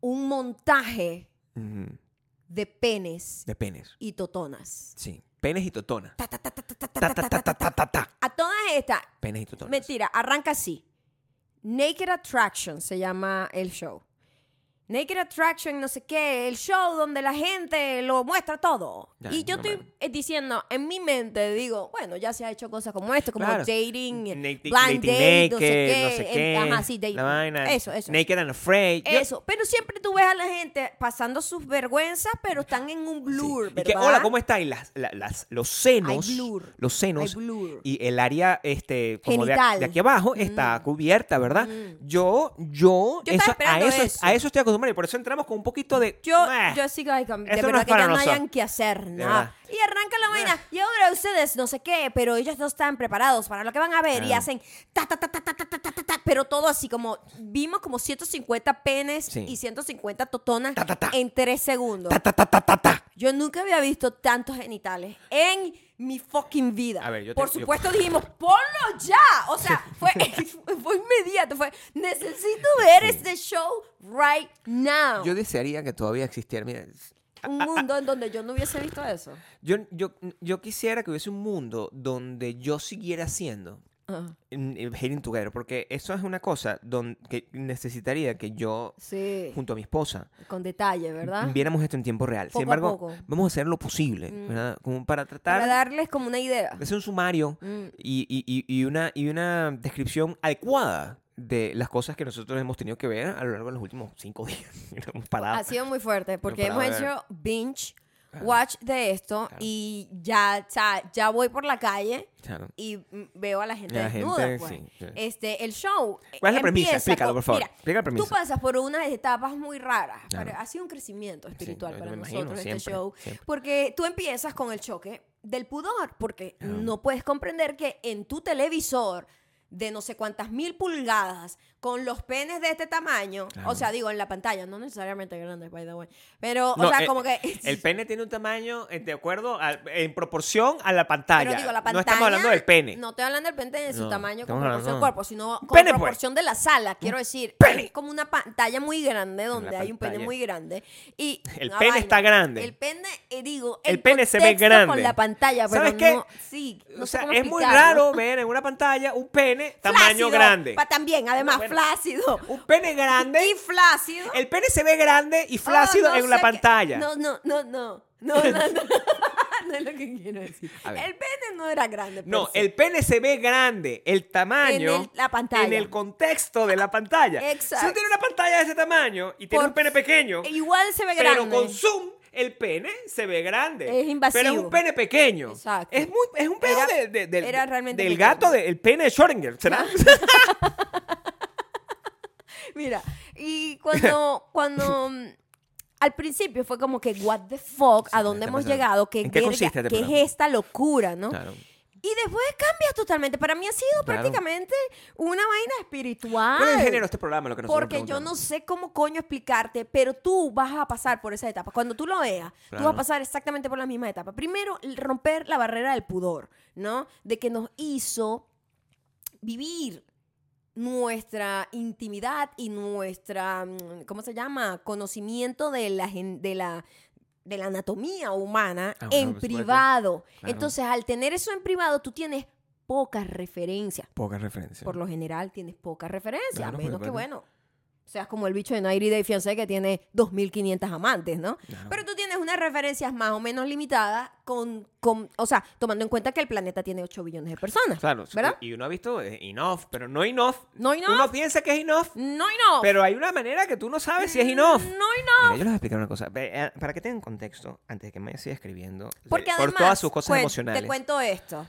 un montaje Ujú. de penes De penes. y totonas. Sí. Penes y totona. Ta, ta, ta, ta, ta, ta, Ta, ta, ta, ta, ta, ta, ta. ta, ta, ta. A todas estas, Penes y totonas. Mentira, arranca así. Naked Attraction se llama el show. Naked Attraction, no sé qué, el show donde la gente lo muestra todo. Ya, y yo no estoy mames. eh, diciendo, en mi mente digo, bueno, ya se ha hecho cosas como esto, como Claro. dating, eh, Naked- blind dating date, naked, no sé qué, no sé eh, qué, ajá, sí, dating. la vaina. Eso, eso. Naked and afraid. Yo- Eso, pero siempre tú ves a la gente pasando sus vergüenzas, pero están en un Sí. blur, Y ¿verdad? que, hola, ¿cómo está? Y las, la- las- los senos. Hay blur. Los senos. Hay blur. Y el área este, como de, Genital. Mm. de aquí abajo está cubierta, ¿verdad? Yo, Yo yo, estaba a, esperando eso, eso. a eso estoy acostumbrado. Y por eso entramos con un poquito de. Yo, "Meh". yo sigo ahí con- de Esto no verdad es que para ya no nosotros. hayan que hacer verdad. nada. Y arranca la vaina. Y ahora ustedes no sé qué, pero ellos no están preparados para lo que van a ver. Y Ah. hacen ta, ta, ta, ta, ta, ta, ta, ta, ta, ta, pero todo así como vimos como 150 penes Sí. y 150 totonas Ta, ta, ta. en tres segundos. Ta, ta, ta, ta, ta, ta. Yo nunca había visto tantos genitales en mi fucking vida. A ver, yo te- Por yo- supuesto dijimos, ponlo ya. O sea, fue, fue inmediato. Fue, necesito ver este show right now Yo desearía que todavía existiera. Mira, un mundo en donde yo no hubiese visto eso. yo, yo, yo quisiera que hubiese un mundo donde yo siguiera siendo Ah, mm, eh, Hating Together, porque eso es una cosa donde, que necesitaría que yo, Sí, junto a mi esposa, con detalle, ¿verdad? viéramos esto en tiempo real. Sin Poco a embargo, poco. Mm. vamos a hacer lo posible, ¿verdad? Como para tratar Para Mm. darles como una idea. de hacer un sumario y, y- y- y una, y una descripción adecuada de las cosas que nosotros hemos tenido que ver a lo largo de los últimos cinco días. No hemos parado. Ha sido muy fuerte porque No, para hemos ver. hecho binge watch de esto Claro. y ya, o sea, ya voy por la calle Claro. y mm, veo a la gente La desnuda. gente, pues. sí, sí. Este, el show. ¿Cuál es la eh, premisa? empieza Explícalo, con- por favor. mira, Explica la premisa. Tú pasas por unas etapas muy raras. Claro. pero ha sido un crecimiento espiritual yo para me imagino, nosotros este siempre, show. siempre. Porque tú empiezas con el choque del pudor, porque Ah. no puedes comprender que en tu televisor de no sé cuántas mil pulgadas, con los penes de este tamaño, o sea, digo, en la pantalla, no necesariamente grandes, by the way, pero, No, o sea, eh, como que... El pene tiene un tamaño eh, de acuerdo al- en proporción a la pantalla. Pero digo, la Ah, no pantalla. estamos hablando del pene. No estoy hablando del pene en su No, tamaño con estamos hablando- proporción al cuerpo, sino con Pene, pues. proporción de la sala. Quiero decir, es como una pantalla muy grande donde hay un pene pantalla. muy grande. Y El una pene está grande. El pene, eh, digo, El en pene se ve contexto grande. Con la pantalla, pero ¿Sabes qué? no. Sí, no o sé sea, cómo es muy explicarlo. raro ver en una pantalla un pene tamaño Flácido, grande. pa- también, además, bueno. flácido. Un pene grande. Y flácido. El pene se ve grande y flácido Oh, no en la sé qué- pantalla. No, no, no, no. No, no, no. No es lo que quiero decir. A El ver. pene no era grande. No, per se. el pene se ve grande, el tamaño. En el- la pantalla. En el contexto de la pantalla. Exacto. Si uno tiene una pantalla de ese tamaño y tiene Por- e un pene pequeño, Igual se ve grande. pero con zoom, el pene se ve grande. Es invasivo. Pero es un pene pequeño. Exacto. Es, muy, es un pene Era- de- de- del, era realmente del pequeño. gato, del pene de Schrödinger. ¿Será? Mira, y cuando, cuando mm, al principio fue como que, what the fuck, ¿a dónde está hemos pasando. llegado? ¿Qué, ¿En qué verga? consiste este ¿Qué es programa? esta locura, no? Claro. Y después cambia totalmente. Para mí ha sido Claro. prácticamente una vaina espiritual. ¿Cuál es el género de este programa? Lo que nosotros Porque yo no preguntamos? sé cómo coño explicarte, pero tú vas a pasar por esa etapa. Cuando tú lo veas, tú Claro. vas a pasar exactamente por la misma etapa. Primero, el romper la barrera del pudor, ¿no? De que nos hizo vivir nuestra intimidad y nuestra, mm, ¿cómo se llama? Conocimiento de la, gen- de la, de la anatomía humana Ah, bueno, en por supuesto. privado. Claro. Entonces, al tener eso en privado, tú tienes pocas referencias Poca referencia. por lo general tienes poca referencia, Claro, a pues, menos que, bueno. bueno, seas como el bicho de Nairi Day Fiancé que tiene 2.500 amantes, ¿no? Claro. Pero tú tienes unas referencias más o menos limitadas, con, con, o sea, tomando en cuenta que el planeta tiene 8 billones de personas. Claro. ¿Verdad? Y uno ha visto eh, enough, pero no enough. No enough. Uno piensa que es enough, No y no. Mm. pero hay una manera que tú no sabes si es enough. No y no. Mira, yo les voy a explicar una cosa. Ve, eh, Para que tengan contexto, antes de que me siga escribiendo, Porque eh, además, por todas sus cosas cuen- emocionales. te cuento esto.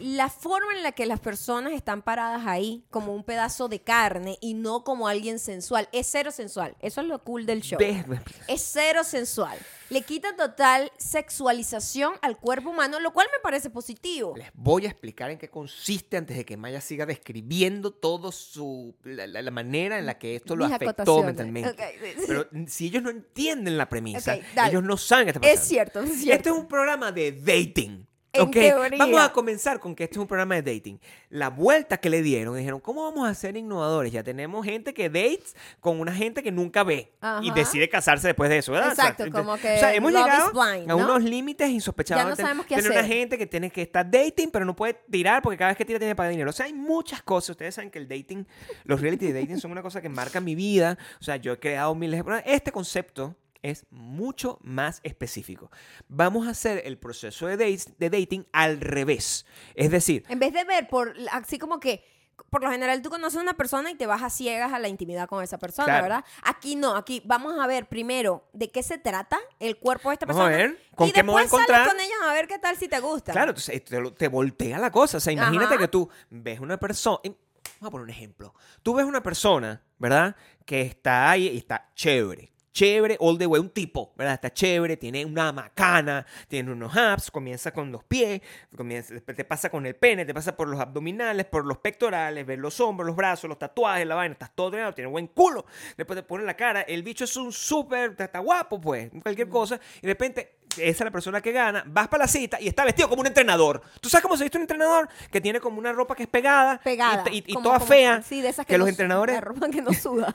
la forma en la que las personas están paradas ahí como un pedazo de carne y no como alguien sensual. Es cero sensual. Eso es lo cool del show. Ve- Es cero sensual. Le quita total sexualización al cuerpo humano, lo cual me parece positivo. Les voy a explicar en qué consiste antes de que Maya siga describiendo todo su la, la- la manera en la que esto lo Mis afectó acotaciones. mentalmente. Ok, sí. Pero mm, si ellos no entienden la premisa, Ok, dale. ellos no saben qué está pasando. Es cierto, es cierto. Este es un programa de dating. En ok. teoría. Vamos a comenzar con que este es un programa de dating. La vuelta que le dieron, dijeron, ¿cómo vamos a ser innovadores? Ya tenemos gente que dates con una gente que nunca ve y Ajá. decide casarse después de eso, ¿verdad? O sea, Exacto, como o que sea, hemos love is llegado blind, a ¿no? unos límites insospechados. Ya no Ten- sabemos qué tener hacer. una gente que tiene que estar dating, pero no puede tirar porque cada vez que tira tiene que pagar dinero. O sea, hay muchas cosas. Ustedes saben que el dating, los reality de dating son una cosa que marca mi vida. O sea, yo he creado miles de programas. Este concepto es mucho más específico. Vamos a hacer el proceso de, dates- de dating al revés. Es decir, En vez de ver por así como que por lo general tú conoces a una persona y te vas a ciegas a la intimidad con esa persona, Claro. ¿verdad? Aquí no, aquí vamos a ver primero de qué se trata el cuerpo de esta Vamos a persona ver con y qué me voy a después sales encontrar. con ellos a ver qué tal si te gusta. claro, entonces, eh, te, lo- te voltea la cosa. O sea, imagínate Ajá. que tú ves una persona. Vamos a poner un ejemplo. Tú ves una persona, ¿verdad? Que está ahí y está chévere. Chévere, all the way, un tipo, ¿verdad? Está chévere, tiene una macana, tiene unos abs, comienza con los pies, comienza, después te pasa con el pene, te pasa por los abdominales, por los pectorales, ves los hombros, los brazos, los tatuajes, la vaina, estás todo drenado, tiene buen culo. Después te pone la cara, el bicho es un súper, está está guapo, pues, Mm. cualquier cosa, y de repente esa es la persona que gana, vas para la cita y está vestido como un entrenador. ¿Tú sabes cómo se viste un entrenador? Que tiene como una ropa que es pegada, Pegada. y, y- y como- toda como- fea. Sí, de esas que, que los no- entrenadores La ropa que no suda.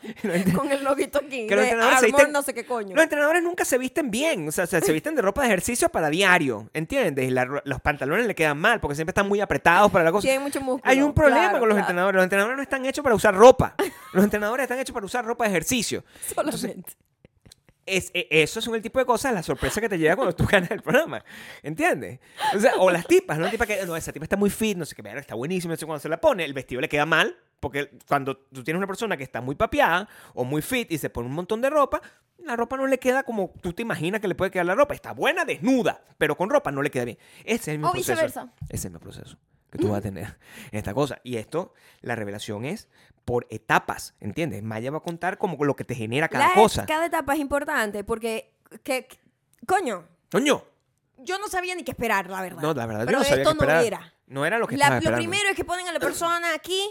con el loguito aquí. que los de entrenadores se Armor visten- no sé qué coño. Los entrenadores nunca se visten bien, o sea, se, se visten de ropa de ejercicio para diario, ¿entiendes? Y la ro- los pantalones le quedan mal porque siempre están muy apretados para la cosa. Tienen mucho músculo. Hay un problema claro, con los claro. entrenadores. Los entrenadores no están hechos para usar ropa. Los entrenadores están hechos para usar ropa de ejercicio. Solamente. Es, e- eso son el tipo de cosas, la sorpresa que te llega cuando tú ganas el programa. ¿Entiendes? O, sea, o las tipas, ¿no? La tipa que, no, esa tipa está muy fit, no sé qué, verga, está buenísima, no sé cuándo se la pone, el vestido le queda mal, porque cuando tú tienes una persona que está muy papeada o muy fit y se pone un montón de ropa, la ropa no le queda como tú te imaginas que le puede quedar la ropa. Está buena desnuda, pero con ropa no le queda bien. Ese es el mismo O proceso. viceversa. Ese es el mismo proceso que tú vas a tener en esta cosa. Y esto, la revelación es por etapas, ¿entiendes? Maya va a contar como lo que te genera cada La- cosa. Cada etapa es importante porque. que- que- coño, Coño, yo no sabía ni qué esperar, la verdad. No, la verdad, Pero yo no de sabía esto qué esperar. no era. No era lo que La- estaba lo esperando. primero es que ponen a la persona aquí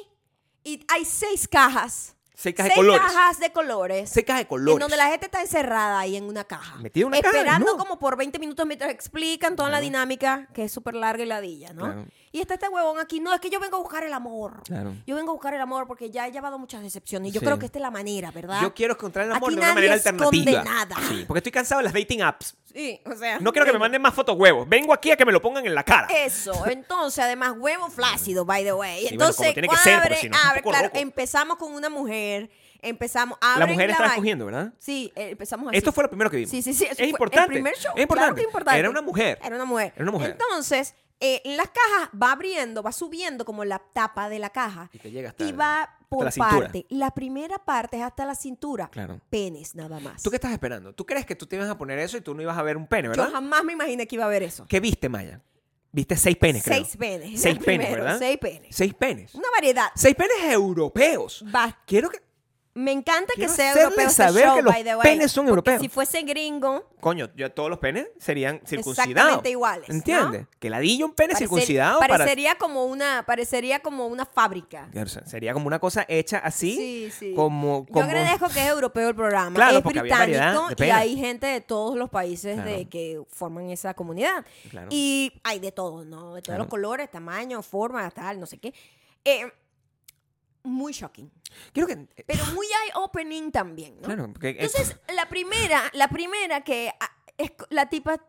y hay seis cajas. Seis cajas de colores. cajas de colores. Secas de En colores. donde la gente está encerrada ahí en una caja. Metida en una caja, Esperando no. como por 20 minutos mientras explican toda la Claro. dinámica, que es súper larga y ladilla, ¿no? Claro. Y está este huevón aquí, no, es que yo vengo a buscar el amor. Claro. Yo vengo a buscar el amor porque ya he llevado muchas decepciones. Y yo Sí. creo que esta es la manera, ¿verdad? Yo quiero encontrar el amor Aquí de nadie una manera esconde alternativa. nada. Sí, porque estoy cansado de las dating apps. Sí, o sea. No quiero que me bueno. manden más fotos huevos. Vengo aquí a que me lo pongan en la cara. Eso, entonces, además, huevo flácido, by the way. Sí, bueno, como Entonces, tiene que ser, porque abre, si no es un abre, poco claro, loco. empezamos con una mujer, empezamos, la abren mujer estaba vaina. escogiendo, ¿verdad? Sí, eh, empezamos así. Esto fue lo primero que vimos. Sí, sí, sí. eso Es fue el importante. primer show, Es importante. claro que importante. Era una mujer. Era una mujer. Era una mujer. Entonces, eh, en las cajas va abriendo, va subiendo como la tapa de la caja. Y te llega hasta Y el- va por la cintura. parte. La primera parte es hasta la cintura. Claro. Penes nada más. ¿Tú qué estás esperando? ¿Tú crees que tú te ibas a poner eso y tú no ibas a ver un pene, Yo verdad? jamás me imaginé que iba a haber eso. ¿Qué viste, Maya? Viste seis penes, creo. Seis penes. Seis penes, Primero, ¿verdad? Seis penes. Mm. Seis penes. Una variedad. Seis penes europeos. Bastante. Quiero que... Me encanta Quiero que sea hacerles europeo este saber show, que los by the way. penes son Porque europeos. Si fuese gringo, Coño, yo, todos los penes serían circuncidados. Exactamente iguales, ¿no? ¿Entiendes? Que ladillo un pene parecer- circuncidado para... parecería como una, parecería como una fábrica. O sea, Sería como una cosa hecha así. Sí, sí. Como, Yo como... agradezco que es europeo el programa, Claro, es porque había británico variedad de y penes. hay gente de todos los países de Claro. que forman esa comunidad. Claro. Y hay de todo, ¿no? De todos Claro. los colores, tamaños, formas, tal, no sé qué. Eh, muy shocking. Quiero que... eh, Pero muy eye-opening también, ¿no? Claro, porque... eh, Entonces, la primera, la primera que ah, es co- la tipa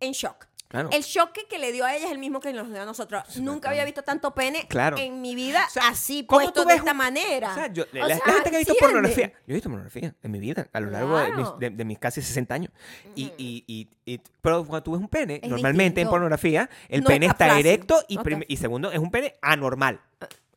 en shock. Claro. El choque que le dio a ella es el mismo que nos dio a nosotros. Nunca había visto tanto pene Claro. en mi vida O sea, así ¿cómo puesto tú de ves esta un- manera. O sea, yo- la, O la sea, gente que ha visto ¿entiendes? pornografía. Yo he visto pornografía en mi vida, a lo largo de Claro. mis, de- de mis casi 60 años. Y, y, y- y- pero cuando tú ves un pene, Es normalmente en distinto. pornografía, el No pene está está flácido. erecto y, No prim- está- y segundo, es un pene anormal.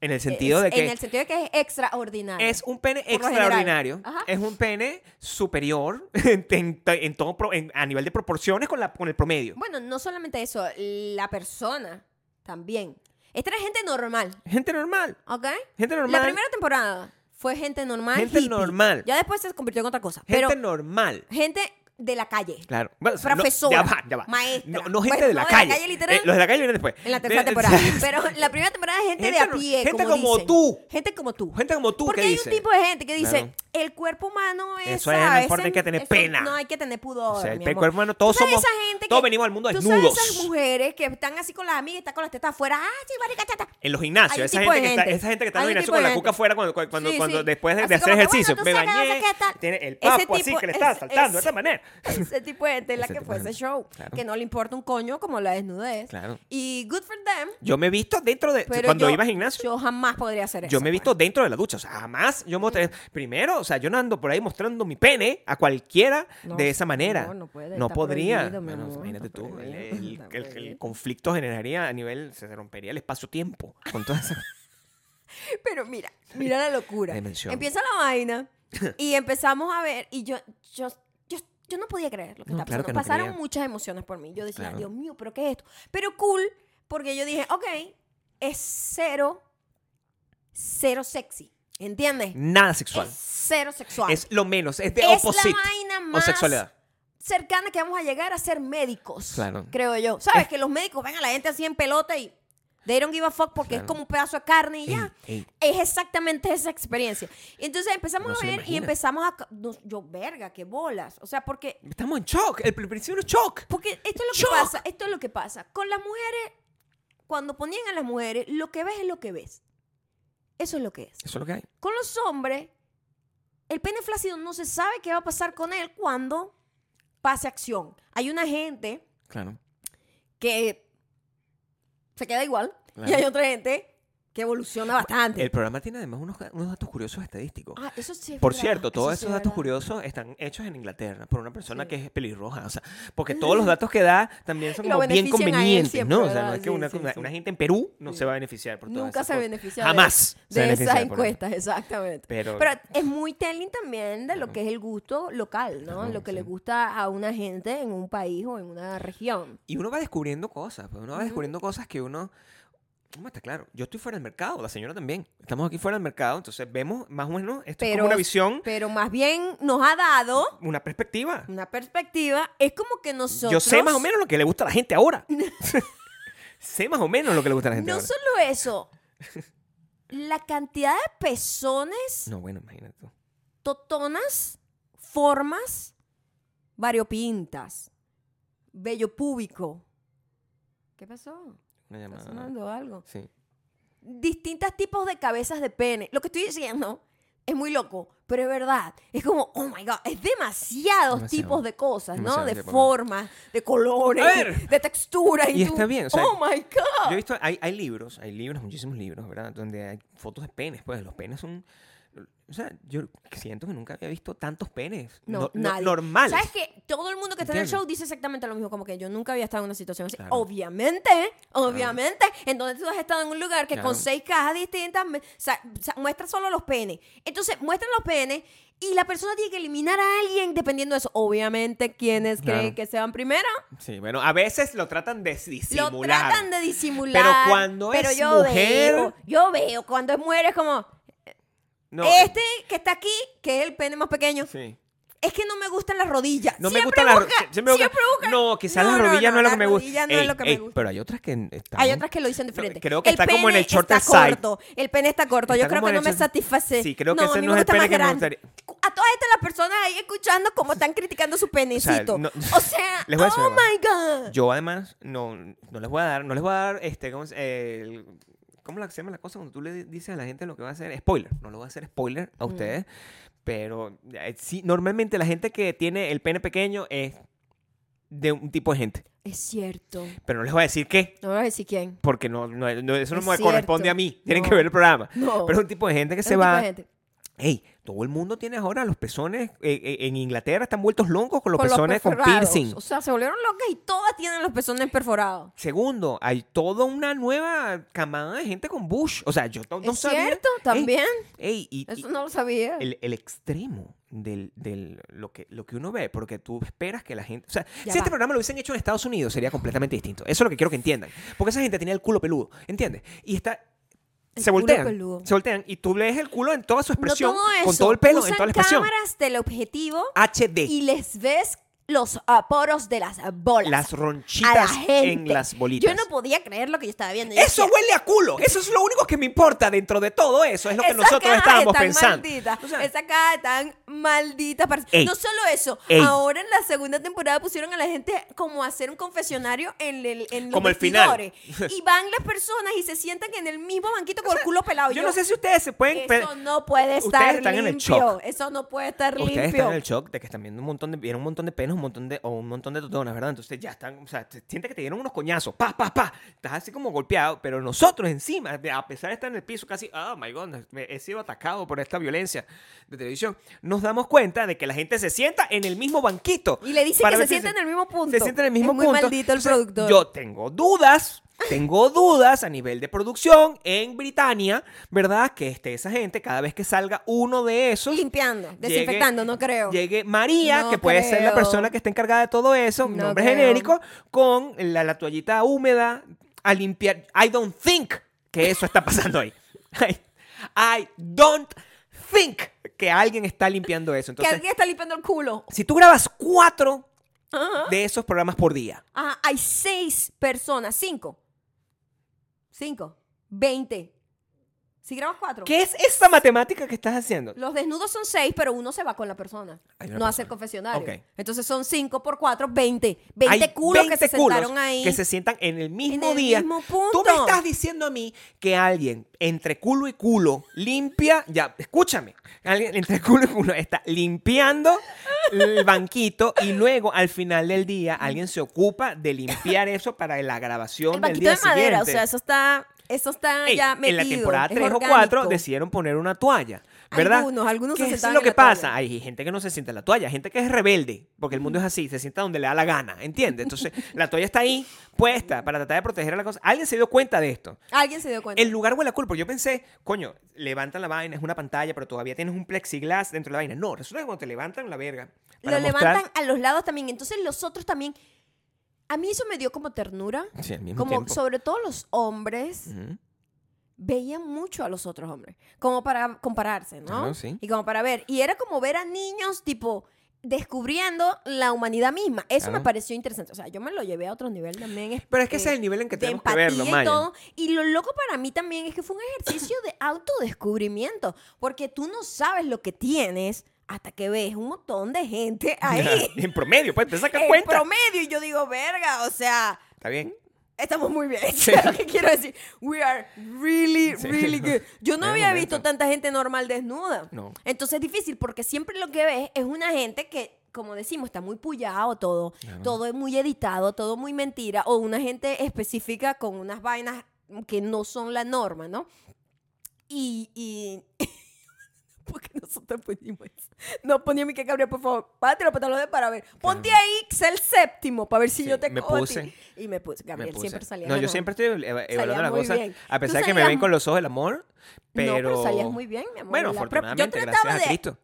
En el sentido Ah, Es- de que. En el sentido de que es extraordinario. Es un pene lo general. extraordinario. Ajá. Es un pene superior en, en- en todo pro- en- a nivel de proporciones con, la, con el promedio. Bueno, no solamente eso, la persona También. Esta era gente normal, Gente normal. ¿ok? Gente normal. La primera temporada fue gente normal. Gente hippie. normal. Ya después se convirtió en otra cosa. Gente pero normal. gente de la calle. Claro. Bueno, o sea, no- Profesora, ya va, ya va. maestra. No, no gente Bueno, de la no, de la calle. calle literal. Eh, los de la calle vienen después. En la De- tercera temporada. Pero la primera temporada es gente, Gente de a no- pie. gente como dicen. tú. Gente como tú. Gente como tú, Porque ¿qué hay dice? un tipo de gente que dice, Claro. el cuerpo humano es. Eso es, no ¿sabes? importa, hay que tener eso pena. No hay que tener pudor. O sea, mi el amor. cuerpo humano, todos ¿Tú sabes somos- esa gente todos que- venimos al mundo ¿tú desnudos. Sabes esas mujeres que están así con las amigas y están con las tetas afuera. ¡Ah, sí, marica, chata! En los Hay un gimnasios, esa tipo de gente, que está, gente. esa gente que está en Hay los un gimnasios tipo con de la gente. cuca afuera cuando, cuando, Sí, cuando sí. después de, Así de hacer como que, ejercicio. bueno, tú me sacas, bañé, sacas, tal. tiene el Ese papo así tipo- que le está ese- saltando ese- de esta manera. Ese tipo de gente es la Ese que tipo fue de ese gente. show. Claro. Que no le importa un coño como la desnudez. Claro. Y good for them. Yo me he visto dentro de. Pero cuando yo- iba al gimnasio, Yo jamás podría hacer yo, eso. me pues. he visto dentro de la ducha. O sea, jamás yo mostré. Primero, o sea, yo no ando por ahí mostrando mi pene a cualquiera No, de esa manera. no, no puede, está podría. prohibido, mi Bueno, amor, imagínate está tú. El, prohibido, el- está el- el prohibido. conflicto generaría a nivel. Se rompería el espacio-tiempo con todas esas. Pero mira, mira la locura. La dimensión. Empieza la vaina y empezamos a ver y yo, yo, yo, yo no podía creer lo que No, estaba claro pasando. que no Pasaron creía. muchas emociones por mí. Yo decía, Claro. Dios mío, pero ¿qué es esto? Pero cool, porque yo dije, ok, es cero, cero sexy. ¿Entiendes? Nada sexual. Es cero sexual. Es lo menos, es de Es opposite. la vaina o más sexualidad. cercana que vamos a llegar a ser médicos. Claro. Creo yo. ¿Sabes? Que los médicos ven a la gente así en pelota y they don't give a fuck porque Claro. es como un pedazo de carne y ya. Ey, ey. Es exactamente esa experiencia. Entonces empezamos Uno a se lo ver y imagina. empezamos a... no, yo, verga, qué bolas. O sea, porque... Estamos en shock. El pr- principio es shock. Porque esto es lo que Shock. pasa. Esto es lo que pasa. Con las mujeres, cuando ponían a las mujeres, lo que ves es lo que ves. Eso es lo que es. Eso es lo que hay. Con los hombres, el pene flácido no se sabe qué va a pasar con él cuando pase acción. Hay una gente Claro. que se queda igual y Claro. hay otra gente que evoluciona bastante. El programa tiene además unos, unos datos curiosos estadísticos. Ah, eso sí es Por verdad, cierto, eso todos sí esos es datos verdad. curiosos están hechos en Inglaterra por una persona Sí. que es pelirroja, o sea, porque todos los datos que da también son Lo como bien benefician a él convenientes, siempre, ¿no? O sea, no ¿verdad? es que Sí, una, sí, una- sí. una gente en Perú no Sí. se va a beneficiar por todas Nunca esas se cosas. beneficia de- Jamás se de beneficia esas por nada. encuestas, exactamente. Pero- Pero, es muy telling también de lo que es el gusto local, ¿no? Claro, lo que sí. le gusta a una gente en un país o en una región. Y uno va descubriendo cosas, pues, uno va descubriendo cosas que uno... No está claro, yo estoy fuera del mercado, la señora también. Estamos aquí fuera del mercado, entonces vemos más o menos, esto es Pero, como una visión, pero más bien nos ha dado una perspectiva. una perspectiva, es como que nosotros... Yo sé más o menos lo que le gusta a la gente ahora. sé más o menos lo que le gusta a la gente No ahora. solo eso, la cantidad de pezones, No, bueno, imagínate tú. totonas, formas, variopintas, bello púbico. ¿Qué pasó? ¿Está Una llamada. sonando algo? Sí. Distintos tipos de cabezas de pene. Lo que estoy diciendo es muy loco, pero es verdad. Es como, oh my God, es demasiados Demasiado. tipos de cosas, ¿no? Demasiado De tipo, ¿no? formas, de colores, A ver. de textura. Y, Y tú, está bien, o sea, oh my God. Yo he visto, hay, hay libros, hay libros, muchísimos libros, ¿verdad? Donde hay fotos de penes, pues los penes son... O sea, yo siento que nunca había visto tantos penes No, no- no- nadie. normales. ¿Sabes que Todo el mundo que está en el ¿Entiendes? show dice exactamente lo mismo, como que yo nunca había estado en una situación así. Claro. Obviamente, obviamente. Entonces tú has estado en un lugar que Claro. con seis cajas distintas me- sa- sa- muestra solo los penes. Entonces muestran los penes y la persona tiene que eliminar a alguien dependiendo de eso. Obviamente, quienes creen Claro. que sean primero Sí, bueno, a veces lo tratan de disimular. lo tratan de disimular. Pero cuando pero es yo mujer- Veo, yo veo cuando es mujer es como No, eh, este que está aquí, que es el pene más pequeño. Sí. Es que no me gustan las rodillas. No me Siempre gustan las ro- busca- sie- siempre busca- siempre busca- No, quizás las rodillas no, es lo que me Las gusta. rodillas no Ey, es lo que ey, me gusta. Pero hay otras que están- Hay otras que lo dicen diferente. creo que está como en pene el short está side. corto. El pene está corto. Está Yo creo como que en no el me short- satisface. Sí, creo que ese a mí no es el gusta pene más que me grande. A todas estas las personas ahí escuchando cómo están criticando su penecito. O sea, no- Les voy a decir oh una cosa. my God. Yo además no, no les voy a dar, no les voy a dar este, ¿cómo, se- el- ¿cómo la- se llama la cosa cuando tú le di- dices a la gente lo que va a hacer? Spoiler, no lo voy a hacer spoiler a ustedes, pero eh, sí, normalmente la gente que tiene el pene pequeño es de un tipo de gente, Es cierto. pero no les voy a decir qué. No voy a decir quién. Porque no, no- no- eso no Es me corresponde cierto. a mí. Tienen No. que ver el programa. No. Pero es un tipo de gente que Es se un tipo va. de gente. Hey, todo el mundo tiene ahora los pezones. eh, eh, en Inglaterra están vueltos longos con los Con los pezones con perforados. piercing. O sea, se volvieron locas y todas tienen los pezones perforados. Segundo, hay toda una nueva camada de gente con Bush. O sea, yo no, no ¿Es sabía. cierto? Ey, ¿También? ey, y- y- Eso no lo sabía. el, el extremo del, del- lo, que, lo que uno ve, porque tú esperas que la gente... O sea, Ya si este va. programa lo hubiesen hecho en Estados Unidos sería completamente distinto. Eso es lo que quiero que entiendan. Porque esa gente tenía el culo peludo, ¿entiendes? Y está... El se culo voltean, peludo. se voltean y tú lees el culo en toda No su expresión, todo eso. con todo el pelo, Usan en toda la expresión. cámaras del objetivo HD, y les ves los ah, poros de las bolas. las a la ronchitas gente. en las bolitas. Yo no podía creer lo que yo estaba viendo. Yo Eso decía, huele a culo. Eso es lo único que me importa dentro de todo eso. Es lo que "Esas nosotros cajas estábamos están pensando. malditas, O sea, esa caja tan maldita. para- Ey. no solo eso, Ey. ahora en la segunda temporada pusieron a la gente como a hacer un confesionario en, el, en los Como el final. vestidores. Y van las personas y se sientan en el mismo banquito con el culo pelado. yo no sé si ustedes se pueden... pe- Eso no puede Ustedes estar están en el limpio. shock. Eso no puede estar Ustedes limpio. están en el shock de que están viendo un montón de, vieron un montón de penas, un montón de, o un montón de totonas, ¿verdad? Entonces ya están, o sea, te- sientes que te dieron unos coñazos, pa, pa, pa. Estás así como golpeado, pero nosotros encima, de- a pesar de estar en el piso casi, oh my god, me- he sido atacado por esta violencia de televisión, nos damos cuenta de que la gente se sienta en el mismo banquito. Y le dicen Para que ver se si sienta en el mismo punto. Se sienta en el mismo Es muy punto. maldito el productor. Yo tengo dudas. Tengo dudas a nivel de producción en Britania, ¿verdad? Que esté esa gente, cada vez que salga uno de esos, Limpiando, Llegue- desinfectando, no creo. Llegue María, No que puede ser la creo. persona que está encargada de todo eso, un No nombre creo. genérico, con la, la toallita húmeda a limpiar. I don't think que eso está pasando ahí. I, I don't think que alguien está limpiando eso. que Entonces, alguien está limpiando el culo. si tú grabas cuatro Ajá. de esos programas por día, Ajá, ah, hay seis personas, cinco. Cinco. Veinte. Si grabas cuatro. ¿qué es esa matemática que estás haciendo? Los desnudos son seis, pero uno se va con la persona. Hay una No hace el persona. confesionario. Ok. Entonces son cinco por cuatro, veinte. Veinte Hay culos que 20 se culos sentaron ahí. Que se sientan en el mismo el día. mismo Tú me punto. estás diciendo a mí que alguien entre culo y culo limpia. Ya, escúchame. Alguien entre culo y culo está limpiando el banquito y luego al final del día alguien se ocupa de limpiar eso para la grabación El del banquito día de madera, o siguiente. sea, eso está, eso está Ey, Ah, ya metido. en la temporada es 3 o orgánico. 4 decidieron poner una toalla, ¿verdad? Algunos, algunos se ¿Qué es sentaban lo en que la pasa? toalla. Hay gente que no se sienta en la toalla, gente que es rebelde, porque el mundo es así, se sienta donde le da la gana, ¿entiendes? Entonces, la toalla está ahí puesta para tratar de proteger a la cosa. Alguien se dio cuenta de esto. Alguien se dio cuenta. El lugar huele a culo, porque yo pensé, coño, levantan la vaina, es una pantalla, pero todavía tienes un plexiglass dentro de la vaina. No, resulta que cuando te levantan la verga Lo para mostrar- levantan a los lados también. Entonces los otros también. A mí eso me dio como ternura. Sí, al mismo Como tiempo. sobre todo los hombres Ujú. veían mucho a los otros hombres. Como para compararse, ¿no? Claro, sí. Y como para ver. Y era como ver a niños tipo descubriendo la humanidad misma. Eso Claro. me pareció interesante. O sea, yo me lo llevé a otro nivel también. es- Pero es que eh, ese es el nivel en que de tenemos que empatía verlo, y Maya. todo. Y lo loco para mí también es que fue un ejercicio de autodescubrimiento, porque tú no sabes lo que tienes hasta que ves un montón de gente ahí. en promedio, pues te sacas en cuenta. promedio, y yo digo, verga, o sea, Está bien. estamos muy bien. Es lo que quiero decir. We are really, Sí. really good. Yo no Hay había momentos. visto tanta gente normal desnuda. No. Entonces es difícil porque siempre lo que ves es una gente que, como decimos, está muy pullado todo. Todo es muy editado, todo muy mentira. O una gente específica con unas vainas que no son la norma, ¿no? Y... y... Porque nosotros ponimos eso. No ponía mi que Gabriel, por favor. Párate los pantalones para ver. Ponte ahí, sé el séptimo, para ver si Sí, yo te me cojo a ti. puse. Y me puse. me Gabriel puse. siempre salía No, yo ganando. siempre estoy eva- eva- evaluando las muy cosas. bien. A Tú pesar de que me salías- ven con los ojos del amor, No, pero. pero salías muy bien, mi amor. Bueno, en la prep. afortunadamente, yo gracias trataba a de, Cristo,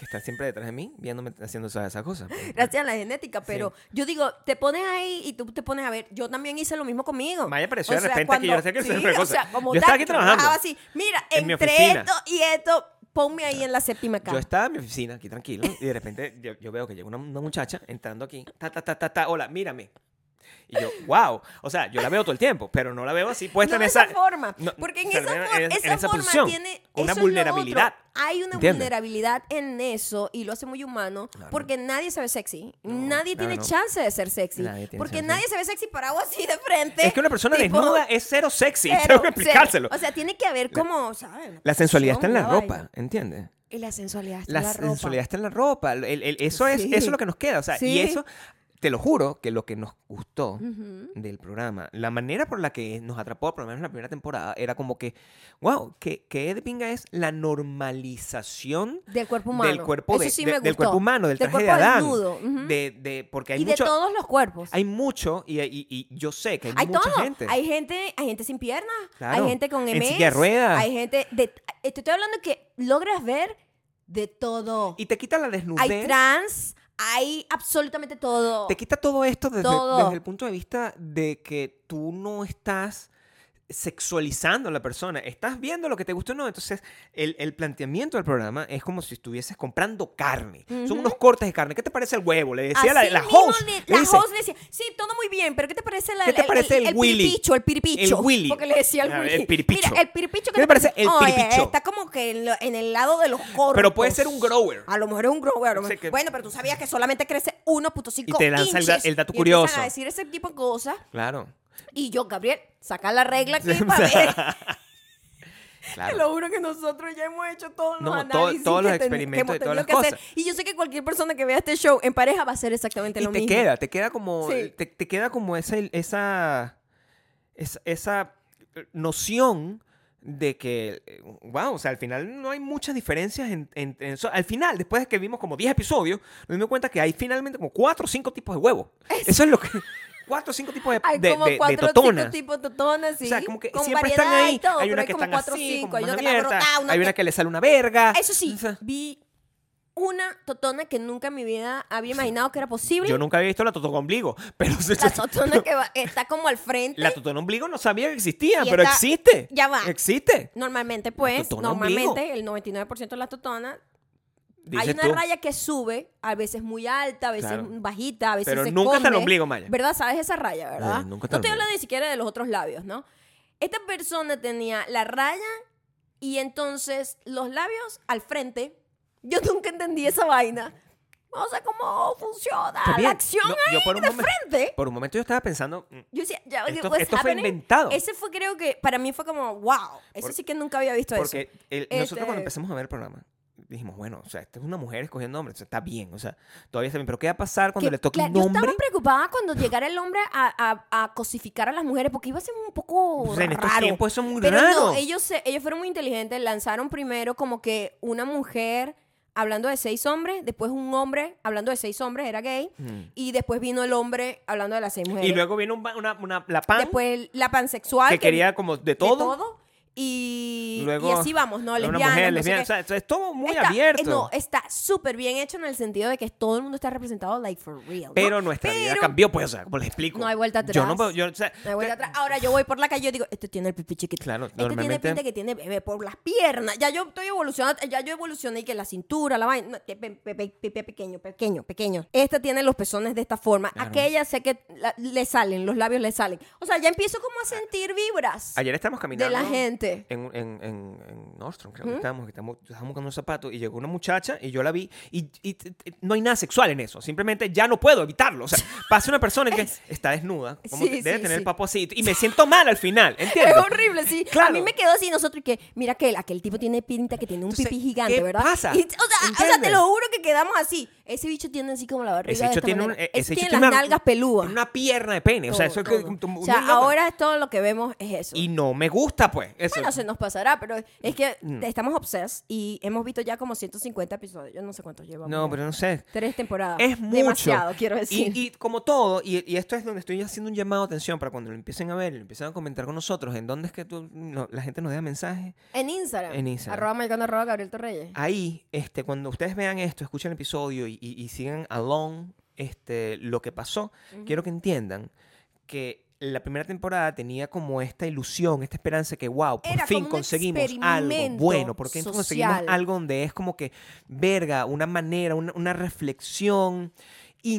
que está siempre detrás de mí, viéndome haciendo esas, esas cosas. Pues, Gracias a la genética, pero yo digo, te pones ahí y tú te pones a ver. Yo también hice lo mismo conmigo. Maya pareció O de sea, repente que yo no sé qué hacer sí, otra o cosa. sea, como Yo estaba tal, aquí trabajando. trabajaba así, mira, En mi entre oficina. esto y esto, ponme ahí en la séptima Yo cama. estaba en mi oficina, aquí tranquilo, y de repente yo, yo veo que llega una, una muchacha entrando aquí. Ta, ta, ta, ta, ta, hola, mírame. Y yo, wow. O sea, yo la veo todo el tiempo, pero no la veo así puesta no en de esa. esa forma. no, porque en o sea, esa, en- for- en- esa en esa forma posición, tiene una eso es lo vulnerabilidad. otro. Hay una ¿Entiendes? vulnerabilidad en eso y lo hace muy humano Claro. porque nadie se ve sexy. No, nadie claro, tiene no. chance de ser sexy. Nadie tiene porque chance. nadie se ve sexy parado así de frente. Es que una persona tipo, desnuda es cero sexy. cero, tengo que cero. explicárselo. O sea, tiene que haber como, ¿sabes? Una la sensualidad está en pasión, la una ropa, vaina. ¿entiendes? Y la sensualidad está La en la ropa. sensualidad está en la ropa. El- el- eso, es, Sí. eso es lo que nos queda. O sea, Sí. y eso te lo juro que lo que nos gustó Ujú. del programa, la manera por la que nos atrapó, por lo menos en la primera temporada, era como que, wow, que, que de pinga es la normalización Del cuerpo humano. del cuerpo Eso de- sí de- me del gustó. cuerpo humano, del, Del traje de cuerpo Adán, desnudo, ujú. de, de- porque hay y mucho, de todos los cuerpos. hay mucho y, y- y yo sé que hay, Hay mucha todo. gente. Hay gente, hay gente sin piernas, Claro. hay gente con MS, En silla de ruedas. hay gente de eh, te estoy hablando que logras ver de todo. y te quita la desnudez. hay trans, hay absolutamente todo. Te quita todo esto desde, Oh. Todo. desde el punto de vista de que tú no estás sexualizando a la persona, estás viendo lo que te gusta o no. Entonces, el, el planteamiento del programa es como si estuvieses comprando carne. Son Ujú. unos cortes de carne. ¿Qué te parece el huevo? Le decía la, Así la mismo host. le- le la dice, host le decía, sí, todo muy bien, pero ¿qué te parece, la, ¿Qué te parece el Willy? piripicho? El piripicho. El Willy. Porque le decía el Ah, Willy. el piripicho. Mira, el piripicho. ¿Qué te parece el Oye, piripicho? está como que en, lo- en el lado de los corpos. pero puede ser un grower. A lo mejor es un grower. a lo O sea mejor- que- Bueno, pero tú sabías que solamente crece 1.5 Y te lanza el da- inches. el dato Y empiezan curioso. a decir ese tipo de cosas. Claro. Y yo, Gabriel, saca la regla aquí para ver. Te claro. lo juro que nosotros ya hemos hecho todos los No, todo- análisis todos los que ten- que experimentos hemos y todas las tenido que hacer. cosas. Y yo sé que cualquier persona que vea este show en pareja va a hacer exactamente Y lo te mismo. queda, te queda como, Sí. te, te queda como esa, esa, esa, esa noción de que, wow, o sea, al final no hay muchas diferencias en, en- en eso. Al final, después de que vimos como 10 episodios, nos dimos cuenta que hay finalmente como 4 o 5 tipos de huevos. Eso es lo que... 4 o 5 tipos de, Hay de, como de- de cuatro o totonas. cinco tipos de totonas, sí. O sea, como que con siempre variedad están ahí. y todo, hay pero una que como están cuatro o así, cinco, como hay una más que está abierta. brotada, una hay una que le sale una verga. Eso sí, O sea, vi una totona que nunca en mi vida había imaginado que era posible. Yo nunca había visto la totona ombligo, pero La totona que va- está como al frente. La totona ombligo no sabía que existía, Y pero está- existe. ya va. Existe. Normalmente, pues, totona normalmente el 99% de las totonas hay Dices una tú. raya que sube, a veces muy alta, a veces Claro. bajita, a veces Pero se nunca hasta el esconde. ombligo, Maya. ¿Verdad? ¿Sabes esa raya, verdad? Eh, nunca hasta no estoy el hablando ombligo. ni siquiera de los otros labios, ¿no? Esta persona tenía la raya y entonces los labios al frente. Yo nunca entendí esa vaina. O sea, cómo funciona Está bien. la acción No, ahí yo por un de momen- frente. Por un momento yo estaba pensando. mm, Yo decía, ya, Esto- what's esto fue happening? inventado. Ese fue, creo que, para mí fue como, wow. Eso Por- sí que nunca había visto eso. Porque el- nosotros Este- cuando empezamos a ver el programa, dijimos, bueno, o sea, esta es una mujer escogiendo hombres, o sea, está bien, o sea, todavía está bien. Pero ¿qué va a pasar cuando que le toque la- un yo hombre? estaba preocupada cuando llegara el hombre a, a- a cosificar a las mujeres porque iba a ser un poco O sea, Pues, en estos raro. tiempos eso es muy Pero raro. no, ellos, se- ellos fueron muy inteligentes. Lanzaron primero como que una mujer hablando de seis hombres, después un hombre hablando de seis hombres, era gay, Mm. y después vino el hombre hablando de las seis mujeres. Y luego viene un ba- una, una- la pan después la pansexual. que quería como de todo. de todo, Y, Luego y así vamos, ¿no? una Lesbianas, mujer, no sé lesbiana. qué. O sea, es todo muy Está- eh, abierto. No, está súper bien hecho en el sentido de que todo el mundo está representado, like for real. ¿no? pero nuestra vida Pero- cambió, pues, o sea, como les explico. No hay vuelta atrás. Yo no puedo, yo, o sea, Me voy te- atrás. Ahora yo voy por la calle y yo digo, este tiene el pipi chiquito. Claro, este normalmente- tiene pinta que tiene bebé por las piernas. Ya yo estoy evolucionando, ya yo evolucioné y que la cintura, la vaina, no, que pe- pe- pe- pe- pe- pequeño, pequeño, pequeño. Esta tiene los pezones de esta forma. Claro. Aquella sé que la- le salen, los labios le salen. O sea, ya empiezo como a sentir vibras Ayer estábamos de caminando. la gente. en, en, en, en Nordstrom, creo que estábamos, que estábamos, estábamos buscando un zapato y llegó una muchacha y yo la vi y, y t- t- no hay nada sexual en eso, simplemente ya no puedo evitarlo. O sea, pasa una persona que está desnuda, como Sí, que debe sí, tener el sí. papo así y me siento mal al final, Es ¿entiendes? horrible, sí. Claro. A mí me quedó así nosotros que, mira aquel, aquel tipo tiene pinta que tiene un Entonces, pipí gigante, ¿qué ¿verdad? pasa? Y, o, sea, o sea, ¿Entiendes? te lo juro que quedamos así. Ese bicho tiene así como la barriga Ese de hecho esta tiene, un- manera. eh, Ese ese tiene bicho las tiene una- nalgas pelúas. tiene Una pierna de pene, o sea, Todo, eso es que... todo. un- un- O sea, un- ahora todo lo que vemos es eso. Y no me gusta, pues. Eso. bueno, se nos pasará, pero es que Mm. estamos obses y hemos visto ya como 150 episodios. Yo no sé cuántos llevamos. no, pero no sé. Tres temporadas. Es mucho. Demasiado, quiero Y- decir. Y, como todo, y, y esto es donde estoy haciendo un llamado a atención para cuando lo empiecen a ver, lo empiecen a comentar con nosotros, en dónde es que tú- no, la gente nos deja mensajes. en Instagram. En Instagram. Arroba marcando arroba Gabriel Torreyes. Ahí, este, cuando ustedes vean esto, escuchen el episodio y, y- y sigan along este, lo que pasó, quiero que entiendan que la primera temporada tenía como esta ilusión, esta esperanza que, wow, por Era fin como un conseguimos algo experimento bueno, por fin conseguimos social. algo donde es como que, verga, una manera, una, una reflexión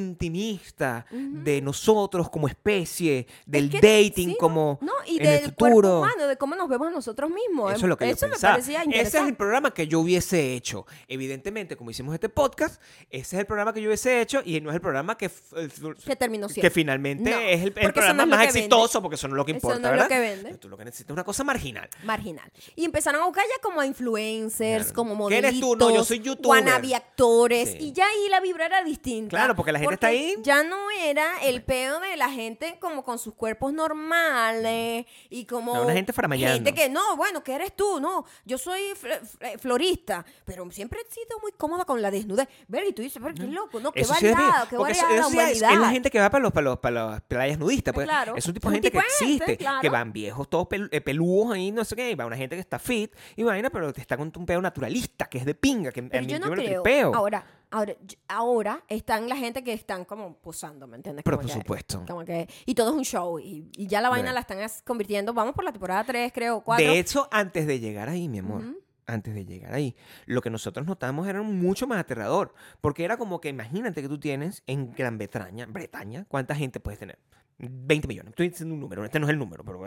intimista de nosotros como especie, del que- dating sí, como No, y en del el cuerpo futuro. humano, de cómo nos vemos nosotros mismos. Eso es lo que yo em, me pensaba. parecía Ese es el interesante. programa que yo hubiese hecho. Evidentemente, como hicimos este podcast, ese es el programa que yo hubiese hecho y no es el programa que, f- el- Que terminó siendo. que finalmente No, es el- el, porque eso programa no es lo más que vende. exitoso porque eso no es lo que Eso importa, no es lo ¿verdad? que vende. Tú lo que necesitas es una cosa marginal. marginal. Y empezaron a buscar ya como a influencers, Claro. como ¿Quién modelitos. eres tú? No, yo soy youtuber. wannabe actores. Sí. Y ya ahí la vibra era distinta. Claro, porque porque la gente está Porque ahí. Ya no era el peo de la gente como con sus cuerpos normales y como. No, una gente faramayando. Gente que, no, bueno, ¿qué eres tú? No, yo soy fl- fl- florista, pero siempre he sido muy cómoda con la desnudez. Ver, y tú dices, pero qué loco, no, qué Eso sí es variado, bien, qué porque eso- variada la eso sí es- humanidad. Es la gente que va para, los, para, los, para las playas nudistas. Pues. Claro. Es un tipo de gente que de gente, existe. claro. Que van viejos, todos pelu- eh, peludos ahí, no sé qué. Y va una gente que está fit. Y vaina, pero te está con un pedo naturalista, que es de pinga. Que a Pero mí- yo no me lo creo. tripeo. Ahora, ahora, yo- ahora están la gente que están como posando, ¿me entiendes? Pero Como por que- supuesto. como que- y todo es un show. Y, y ya la vaina Bueno. la están as- convirtiendo. Vamos por la temporada 3, creo, 4. De hecho, antes de llegar ahí, mi amor, antes de llegar ahí, lo que nosotros notamos era mucho más aterrador, porque era como que imagínate que tú tienes en Gran Bretaña, Bretaña, ¿cuánta gente puedes tener? 20 millones, estoy diciendo un número, este no es el número, pero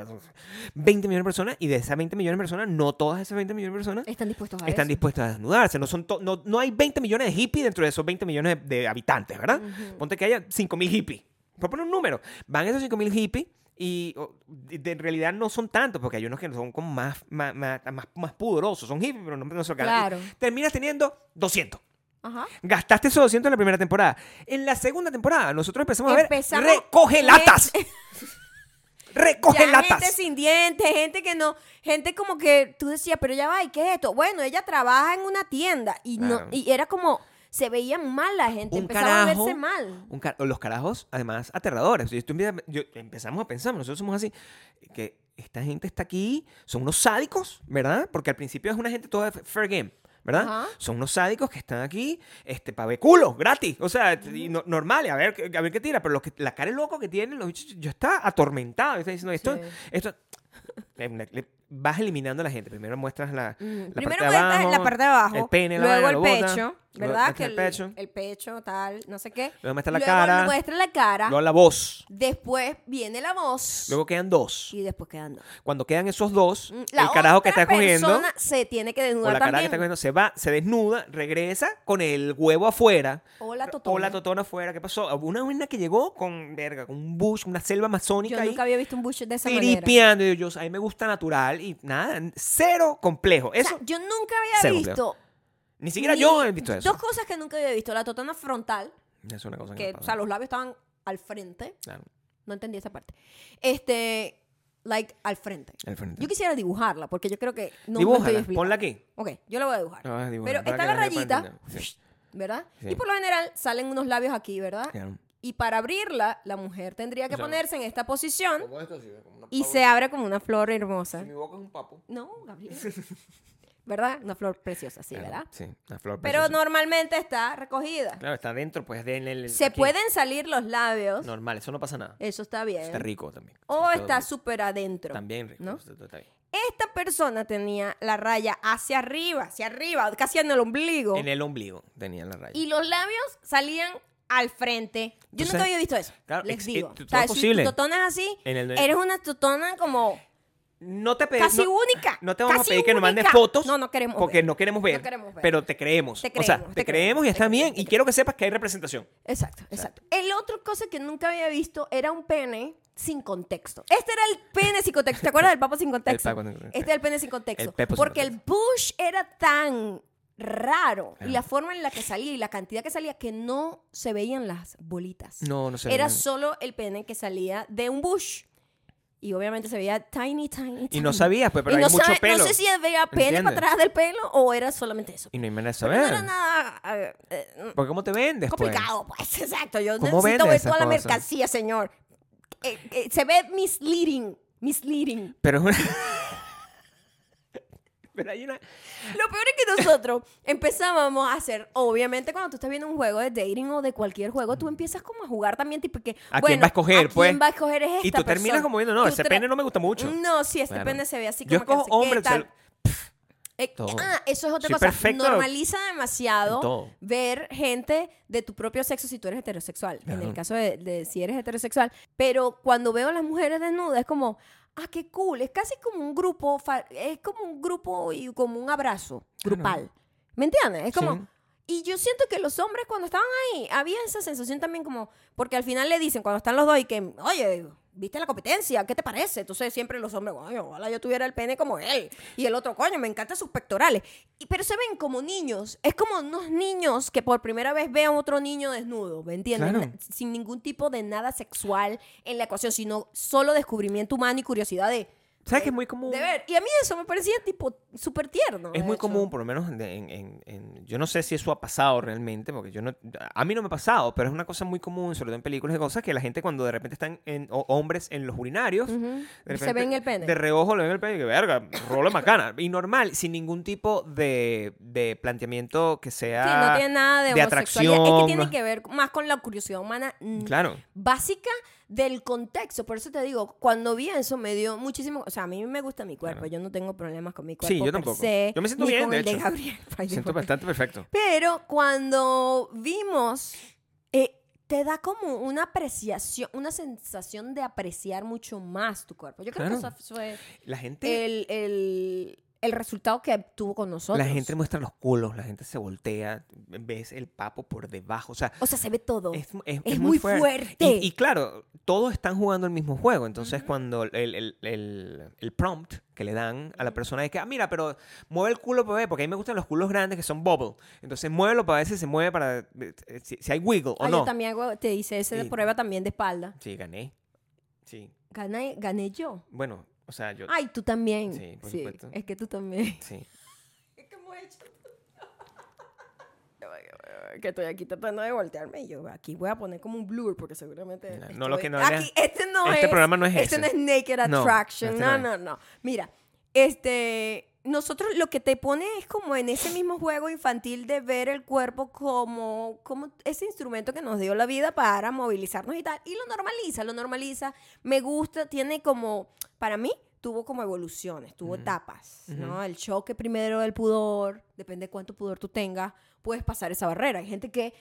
20 millones de personas y de esas 20 millones de personas, no todas esas 20 millones de personas están dispuestos a están eso. dispuestas a desnudarse, no, son to- no, no hay 20 millones de hippies dentro de esos 20 millones de, de habitantes, ¿verdad? Ponte que haya 5.000 hippies, por poner un número, van esos 5.000 hippies y o, de- de- en realidad no son tantos, porque hay unos que son como más, más, más, más- más pudorosos, son hippies, pero no, no se alcanzan. Claro. Terminas teniendo 200. Ajá. Gastaste esos 200 en la primera temporada. En la segunda temporada nosotros empezamos, Empezamos a ver recoge latas. recoge Ya latas. gente sin dientes, gente que no, gente como que tú decías, pero ya va, ¿y qué es esto? Bueno, ella trabaja en una tienda y Claro. no y era como se veían mal la gente, un empezaba carajo, a verse mal. un car- los carajos, además, aterradores. Yo- tú empiezas- yo- empezamos a pensar, nosotros somos así, que esta gente está aquí, son unos sádicos, ¿verdad? Porque al principio es una gente toda f- fair game. ¿Verdad? Ajá. Son unos sádicos que están aquí este, para ver culo, gratis. O sea, y no- normal, a ver, qué- a ver qué tira. Pero los que, la cara de loco que tienen, los bichos, yo está atormentado. Está diciendo esto. Sí. esto le- le- le- vas eliminando a la gente. Primero muestras la, Mm, la Primero parte de vueltas abajo, en la parte de abajo, el pene, la luego vaina, el lo botas, pecho, luego ¿verdad? muestras Que el el, pecho. el pecho, tal, no sé qué. Luego muestra la Luego cara. muestra la cara. Luego la voz. Después viene la voz Luego quedan dos. y después quedan dos. Cuando quedan esos dos, Mm, el carajo que otra está cogiendo persona se tiene que o desnudar la caraja que también. está cogiendo se va, se desnuda, regresa con el huevo afuera. O la O la totona. totona afuera, ¿qué pasó? Una vaina que llegó con verga, con un bush, una selva amazónica Yo ahí, nunca había visto un bush de esa manera. tiripeando. Y yo, a mí me gusta natural y nada, cero complejo. O Eso, sea, yo nunca había Cero, visto. ni siquiera ni- yo he visto eso. Dos cosas que nunca había visto. La totona frontal, Es una cosa que, que me o pasa. sea, los labios estaban al frente. Claro, No entendí esa parte. Este, like, al frente. al frente. Yo quisiera dibujarla, porque yo creo que no me estoy Dibújala, explicando. ponla aquí. Ok, yo la voy a dibujar. No, dibújala, Pero para está que la la gente pueda rayita, entender. Sí. ¿verdad? Sí. Y por lo general salen unos labios aquí, ¿verdad? Claro. Y para abrirla, la mujer tendría que O sea, ponerse en esta posición y se abre como una flor hermosa. boca es un papo. No, Gabriel. ¿Verdad? Una flor preciosa, sí, Claro, ¿verdad? Sí, la flor. Pero preciosa. normalmente está recogida. Claro, está adentro, pues de en el. Se aquí. pueden salir los labios. Normal, eso no pasa nada. Eso está bien. Está rico también. O Oh, está rico. súper adentro. También rico. ¿no? está- está bien. Esta persona tenía la raya hacia arriba, hacia arriba, casi en el ombligo. En el ombligo tenía la raya. Y los labios salían al frente. Yo Entonces, nunca había visto eso. claro, les ex- digo. eh, O sea, todo si posible. tu totona es así, En el- eres una totona como No te pe- casi no- única. No te vamos casi a pedir que nos mandes única. fotos. No, no queremos Porque ver. no queremos ver. No queremos ver. Pero te creemos. Te O sea, creemos, te, te creemos y creemos, está te bien. creemos, Y te quiero que sepas que hay representación. Exacto, exacto. El otro cosa que nunca había visto era un pene sin contexto. Este era el pene sin contexto. ¿Te acuerdas del papa sin contexto? papa sin contexto. Este era el pene sin contexto. El pepo sin porque contexto. el Bush era tan raro y Ajá. la forma en la que salía y la cantidad que salía que no se veían las bolitas. No, no se Era veían. solo el pene que salía de un Bush. Y obviamente se veía tiny, tiny, Y tiny. no sabías, pues, pero Y hay no mucho sabe- pelo. No sé si veía pene ¿Entiendes? para atrás del pelo o era solamente eso. Y no hay manera de Pero no era saber. nada... eh, eh, Porque ¿cómo te vendes? pues? complicado, pues, exacto. Yo ¿Cómo necesito venden ver esas toda la cosas? mercancía, señor. Eh, eh, se ve misleading, misleading. Pero es una- pero hay una. Lo peor es que nosotros empezábamos a hacer, obviamente, cuando tú estás viendo un juego de dating o de cualquier juego, tú empiezas como a jugar también, tipo que. ¿A quién bueno, va a escoger, pues? ¿Quién va a escoger es esta Y tú terminas persona. como viendo, no, Tú ese tra- pene no me gusta mucho. No, sí, este Claro. pene se ve así como Yo que no escojo sé qué, hombre, o sea, tal. Eh, Todo. Ah, eso es otra Soy cosa. perfecto. Normaliza demasiado En todo. ver gente de tu propio sexo si tú eres heterosexual. En el Claro. caso de, de si eres heterosexual. Pero cuando veo a las mujeres desnudas es como, ah, qué cool. Es casi como un grupo, fa- es como un grupo y como un abrazo grupal. ¿Me entiendes? Es como... Sí. Y yo siento que los hombres cuando estaban ahí, había esa sensación también como, porque al final le dicen, cuando están los dos y que, oye, viste la competencia, ¿qué te parece? Entonces siempre los hombres, "Ay, ojalá yo tuviera el pene como él. Y el otro, coño, me encantan sus pectorales. Y, pero se ven como niños, es como unos niños que por primera vez vean otro niño desnudo, ¿me entiendes? Claro. Na- Sin ningún tipo de nada sexual en la ecuación, sino solo descubrimiento humano y curiosidad de, ¿Sabes que es muy común? de ver. Y a mí eso me parecía tipo súper tierno. Es de muy hecho. común, por lo menos en, en- en- en- Yo no sé si eso ha pasado realmente, porque yo no... A mí no me ha pasado, pero es una cosa muy común, sobre todo en películas y cosas, que la gente cuando de repente están en- o- hombres en los urinarios... de Y se repente ven el pene. De reojo le ven el pene y que, verga, rola macana. Y normal, sin ningún tipo de, de planteamiento que sea... Sí, no tiene nada de, homosexualidad. atracción. Es que tiene que ver más con la curiosidad humana mm, Claro. básica del contexto. Por eso te digo, cuando vi eso me dio muchísimo. O sea, a mí me gusta mi cuerpo. Yo no tengo problemas con mi cuerpo. Sí, yo per tampoco. se, Yo me siento ni bien, con de el de hecho. Gabriel. by the Siento way. bastante perfecto. Pero cuando vimos, eh, te da como una apreciación, una sensación de apreciar mucho más tu cuerpo. Yo creo que Claro. eso fue La gente... el, el- el resultado que tuvo con nosotros. La gente muestra los culos, la gente se voltea, ves el papo por debajo, o sea, O sea, se ve todo. Es, es- Es es muy muy fuerte. fuerte. Y, y claro, todos están jugando el mismo juego. Entonces, cuando el, el- el- el prompt que le dan a la persona es que, ah, mira, pero mueve el culo para ver, porque a mí me gustan los culos grandes que son bubble. Entonces, muévelo para ver si se mueve para. eh, eh, Si, si hay wiggle o Ah, no. Yo también hago- te hice esa Y- prueba también de espalda. Sí, gané. Sí. Gané, gané yo. Bueno, o sea, yo. Ay, tú también. Sí, por supuesto. Es que tú también. Sí. ¿Cómo he hecho? que estoy aquí tratando de voltearme y yo aquí voy a poner como un blur porque seguramente No, estoy- no, lo que no aquí, era- este no este es programa no es este ese. no es naked No, attraction este no, no no no mira este nosotros lo que te pone es como en ese mismo juego infantil de ver el cuerpo como, como ese instrumento que nos dio la vida para movilizarnos y tal. Y lo normaliza, lo normaliza. Me gusta, tiene como, para mí, tuvo como evoluciones, tuvo etapas, ¿no? El choque primero del pudor, depende de cuánto pudor tú tengas, puedes pasar esa barrera. Hay gente que,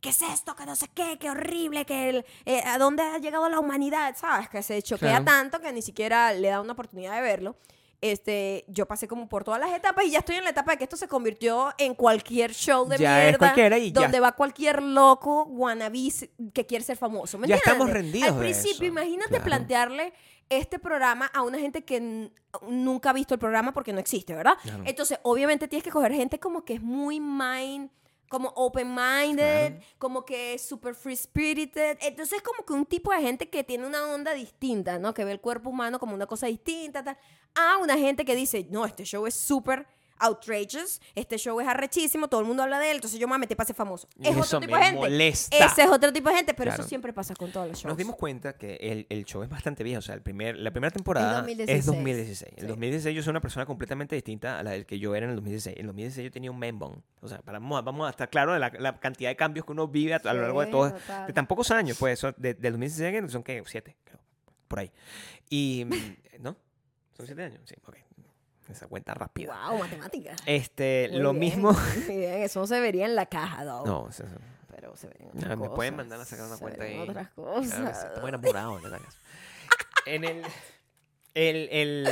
¿qué es esto? Que no sé qué, qué horrible, que el, eh, a dónde ha llegado la humanidad, ¿sabes? Que se choquea Claro. tanto que ni siquiera le da una oportunidad de verlo. Este, yo pasé como por todas las etapas y ya estoy en la etapa de que esto se convirtió en cualquier show de Ya es mierda cualquiera y ya. donde va cualquier loco wannabe que quiere ser famoso. ¿me Ya entiendes? estamos rendidos Al de principio, eso. imagínate Claro. plantearle este programa a una gente que n- nunca ha visto el programa porque no existe, ¿verdad? Claro. Entonces, obviamente tienes que coger gente como que es muy mind, como open-minded, como que es super free-spirited. Entonces, como que un tipo de gente que tiene una onda distinta, ¿no? Que ve el cuerpo humano como una cosa distinta, tal. A una gente que dice, no, este show es súper outrageous, este show es arrechísimo, todo el mundo habla de él, entonces yo me metí para ser famoso. Y Es eso otro tipo me de gente. molesta. Ese es otro tipo de gente, pero eso Claro. siempre pasa con todos los shows. Nos dimos cuenta que el, el show es bastante viejo. O sea, el primer, la primera temporada 2016. es 2016. Sí. El 2016 yo soy una persona completamente distinta a la del que yo era en el 2016. En el 2016 yo tenía un membón. O sea, para, vamos, a, vamos a estar claros de la, la cantidad de cambios que uno vive a, a lo largo de Sí, todos. total. De tan pocos años, pues, son- de- del 2016 que son, ¿qué? Siete, creo. Por ahí. Y, mm, ¿no? ¿Son siete años? Sí, ok. Esa cuenta rápida. Wow, matemática. Este, Muy lo bien, mismo... muy bien, eso no se vería en la caja, Doc. No, o sea, eso- Pero se ven Ah, me pueden mandar a sacar una cuenta en ahí. otras Claro que sí, cosas. Estamos enamorados, Natalia. En el, el, el-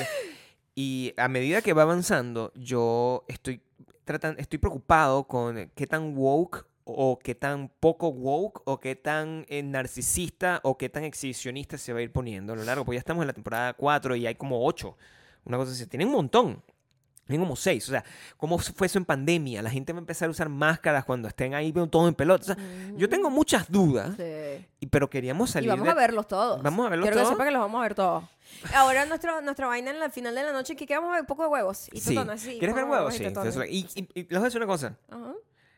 Y a medida que va avanzando, yo estoy, tratan- estoy preocupado con qué tan woke o qué tan poco woke o qué tan eh, narcisista o qué tan exhibicionista se va a ir poniendo a lo largo. Porque ya estamos en la temporada 4 y hay como 8. Una cosa así. Tienen un montón. Tienen como 6. O sea, ¿cómo fue eso en pandemia? La gente va a empezar a usar máscaras cuando estén ahí todos en pelotas. O sea, yo tengo muchas dudas. Sí. Y pero queríamos Y salir vamos de- a verlos todos. Vamos a verlos Quiero todos. que sepa que los vamos a ver todos. Ahora nuestro, nuestra vaina en la final de la noche que vamos a ver un poco de huevos. Y Sí. totones, sí. ¿Quieres ver vamos a huevos? Sí. y totones. entonces, y, y- y les voy a decir una cosa. Ajá.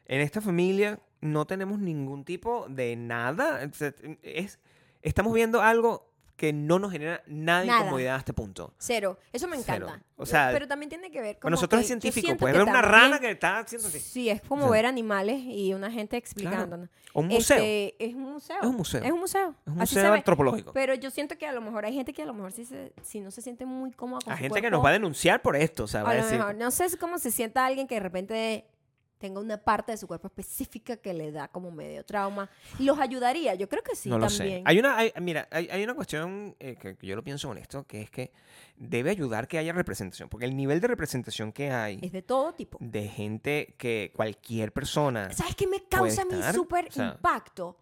En esta familia no tenemos ningún tipo de nada. O sea, Es, estamos viendo algo que no nos genera nada, de Nada. incomodidad hasta este punto. Cero. Eso me Cero. encanta. O sea, pero también tiene que ver con. Para nosotros es científico. Puedes ver una rana que está haciendo así. Sí, es como Claro. ver animales y una gente explicándonos. O un museo. Este, es un museo. Es un museo. Es un museo. Es un Así museo se ve. antropológico. Pero yo siento que a lo mejor hay gente que a lo mejor sí, se, sí no se siente muy cómoda con Hay su gente que cuerpo. nos va a denunciar por esto. O sea, va A a lo decir. mejor, no sé si cómo se sienta alguien que de repente tenga una parte de su cuerpo específica que le da como medio trauma. Y los ayudaría, yo creo que sí no lo sé. también. Hay una, hay- mira, hay, hay una cuestión eh, que que yo lo pienso con esto, que es que debe ayudar que haya representación, porque el nivel de representación que hay Es de todo tipo. de gente que cualquier persona. ¿Sabes qué me causa mi estar, súper o sea- Mm. impacto?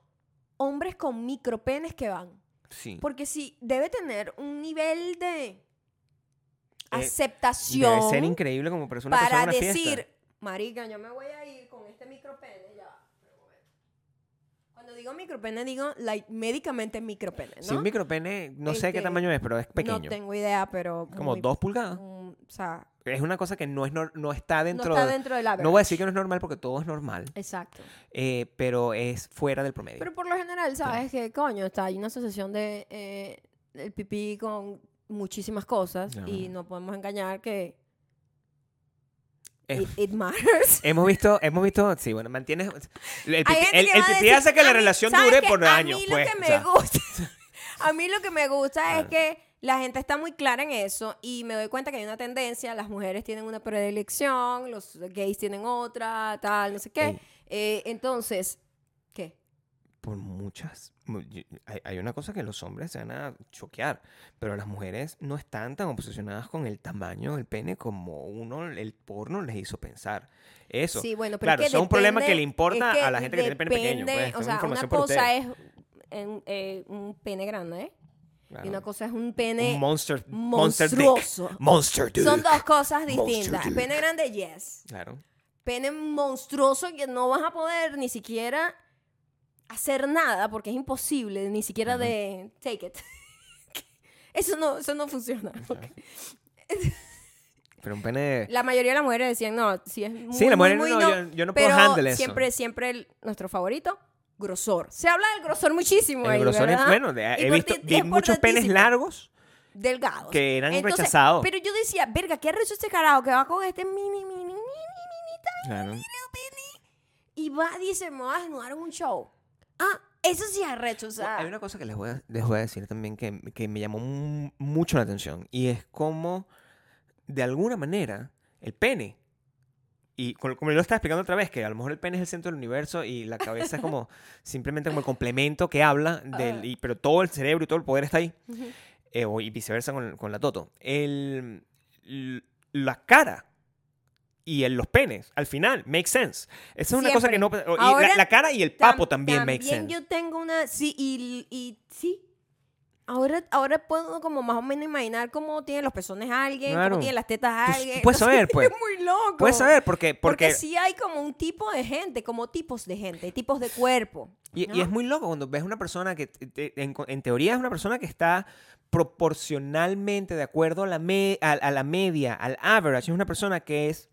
Hombres con micropenes que van. Sí. Porque sí, debe tener un nivel de Debe aceptación Eh, ser increíble como persona para pasar una fiesta. decir, marica, yo me voy a ir con este micropene, ya va, pero bueno". Cuando digo micropene, digo like, médicamente micropene, ¿no? Si un micropene, no sé qué Este, tamaño es, pero es pequeño. No tengo idea, pero... como muy- dos pulgadas. mm, o sea, Es una cosa que no, es nor- no está dentro no está de- dentro del average. No voy a decir que no es normal porque todo es normal, Exacto. eh, pero es fuera del promedio. Pero por lo general, ¿sabes que Coño, está, hay una asociación de eh, el pipí con muchísimas cosas Ya. y no podemos engañar que Eh, it, it matters. hemos visto, hemos visto, sí, bueno, mantienes... El Hay pipi- gente el- que el va a pipí decir, hace que la "A mí- relación ¿sabes dure qué? por a años, Mí pues. lo que o me sea, gusta, a mí lo que me gusta es Ah. que la gente está muy clara en eso y me doy cuenta que hay una tendencia, las mujeres tienen una predilección, los gays tienen otra, tal, no sé qué. Ey. Eh, entonces, ¿qué? por muchas... mu- y- Hay, hay una cosa que los hombres se van a choquear, pero las mujeres no están tan obsesionadas con el tamaño del pene como uno, el porno les hizo pensar. Eso. Sí, bueno, pero Claro, es eso es un problema depende- que le importa a la gente que tiene pene pequeño, depende- pues, es o sea, una una información para cosa es en- eh, un pene grande, ¿eh? claro. Y una cosa es un pene. Un monster, monster dick. monstruoso. Monster dick. Son dos cosas Monster distintas. dick. Pene grande, yes. Claro. Pene monstruoso que no vas a poder ni siquiera hacer nada porque es imposible, ni siquiera Ajá. de take it. Eso no, eso no funciona. porque Pero un pene. La mayoría de las mujeres decían, no, si es muy, Sí, la mujer, muy, no, muy yo- yo no puedo pero handle eso. siempre, siempre el- nuestro favorito, grosor. Se habla del grosor muchísimo el ahí, grosor es- ¿verdad? bueno, de- Y he visto corti- vi es muchos penes importantísimo. largos. Delgados. que eran Entonces, rechazados. Pero yo decía, verga, ¿qué arrecho este carajo que va con este mini, mini, mini, mini, mini Claro. y va, dice, me va a desnudar en un show? Ah, eso sí es arrecho, o sea. Hay una cosa que les voy a, les voy a decir también que, que me llamó mu- mucho la atención. Y es como, de alguna manera, el pene. Y con- como yo lo estaba explicando otra vez, que a lo mejor el pene es el centro del universo y la cabeza es como simplemente como el complemento que habla, del, y- pero todo el cerebro y todo el poder está ahí. Ah. Ujú. eh, o- y viceversa con, con la Toto. El, l- la cara y el- los penes, al final, make sense. Esa es una cosa que no. Siempre. o- y Ahora, la, la cara y el Tam- papo también, make sense. yo tengo una... Sí, y, y sí. Ahora, ahora puedo como más o menos imaginar cómo tienen los pezones alguien, Claro. cómo tienen las tetas tú alguien. puedes No sé, saber, pues. Es muy loco. Puedes saber, porque. Porque, porque sí hay como un tipo de gente, como tipos de gente, tipos de cuerpo. y, ¿no? y es muy loco cuando ves una persona que, te- te- en, en teoría, es una persona que está proporcionalmente de acuerdo a la, me- a, a la media, al average. Es una persona que es.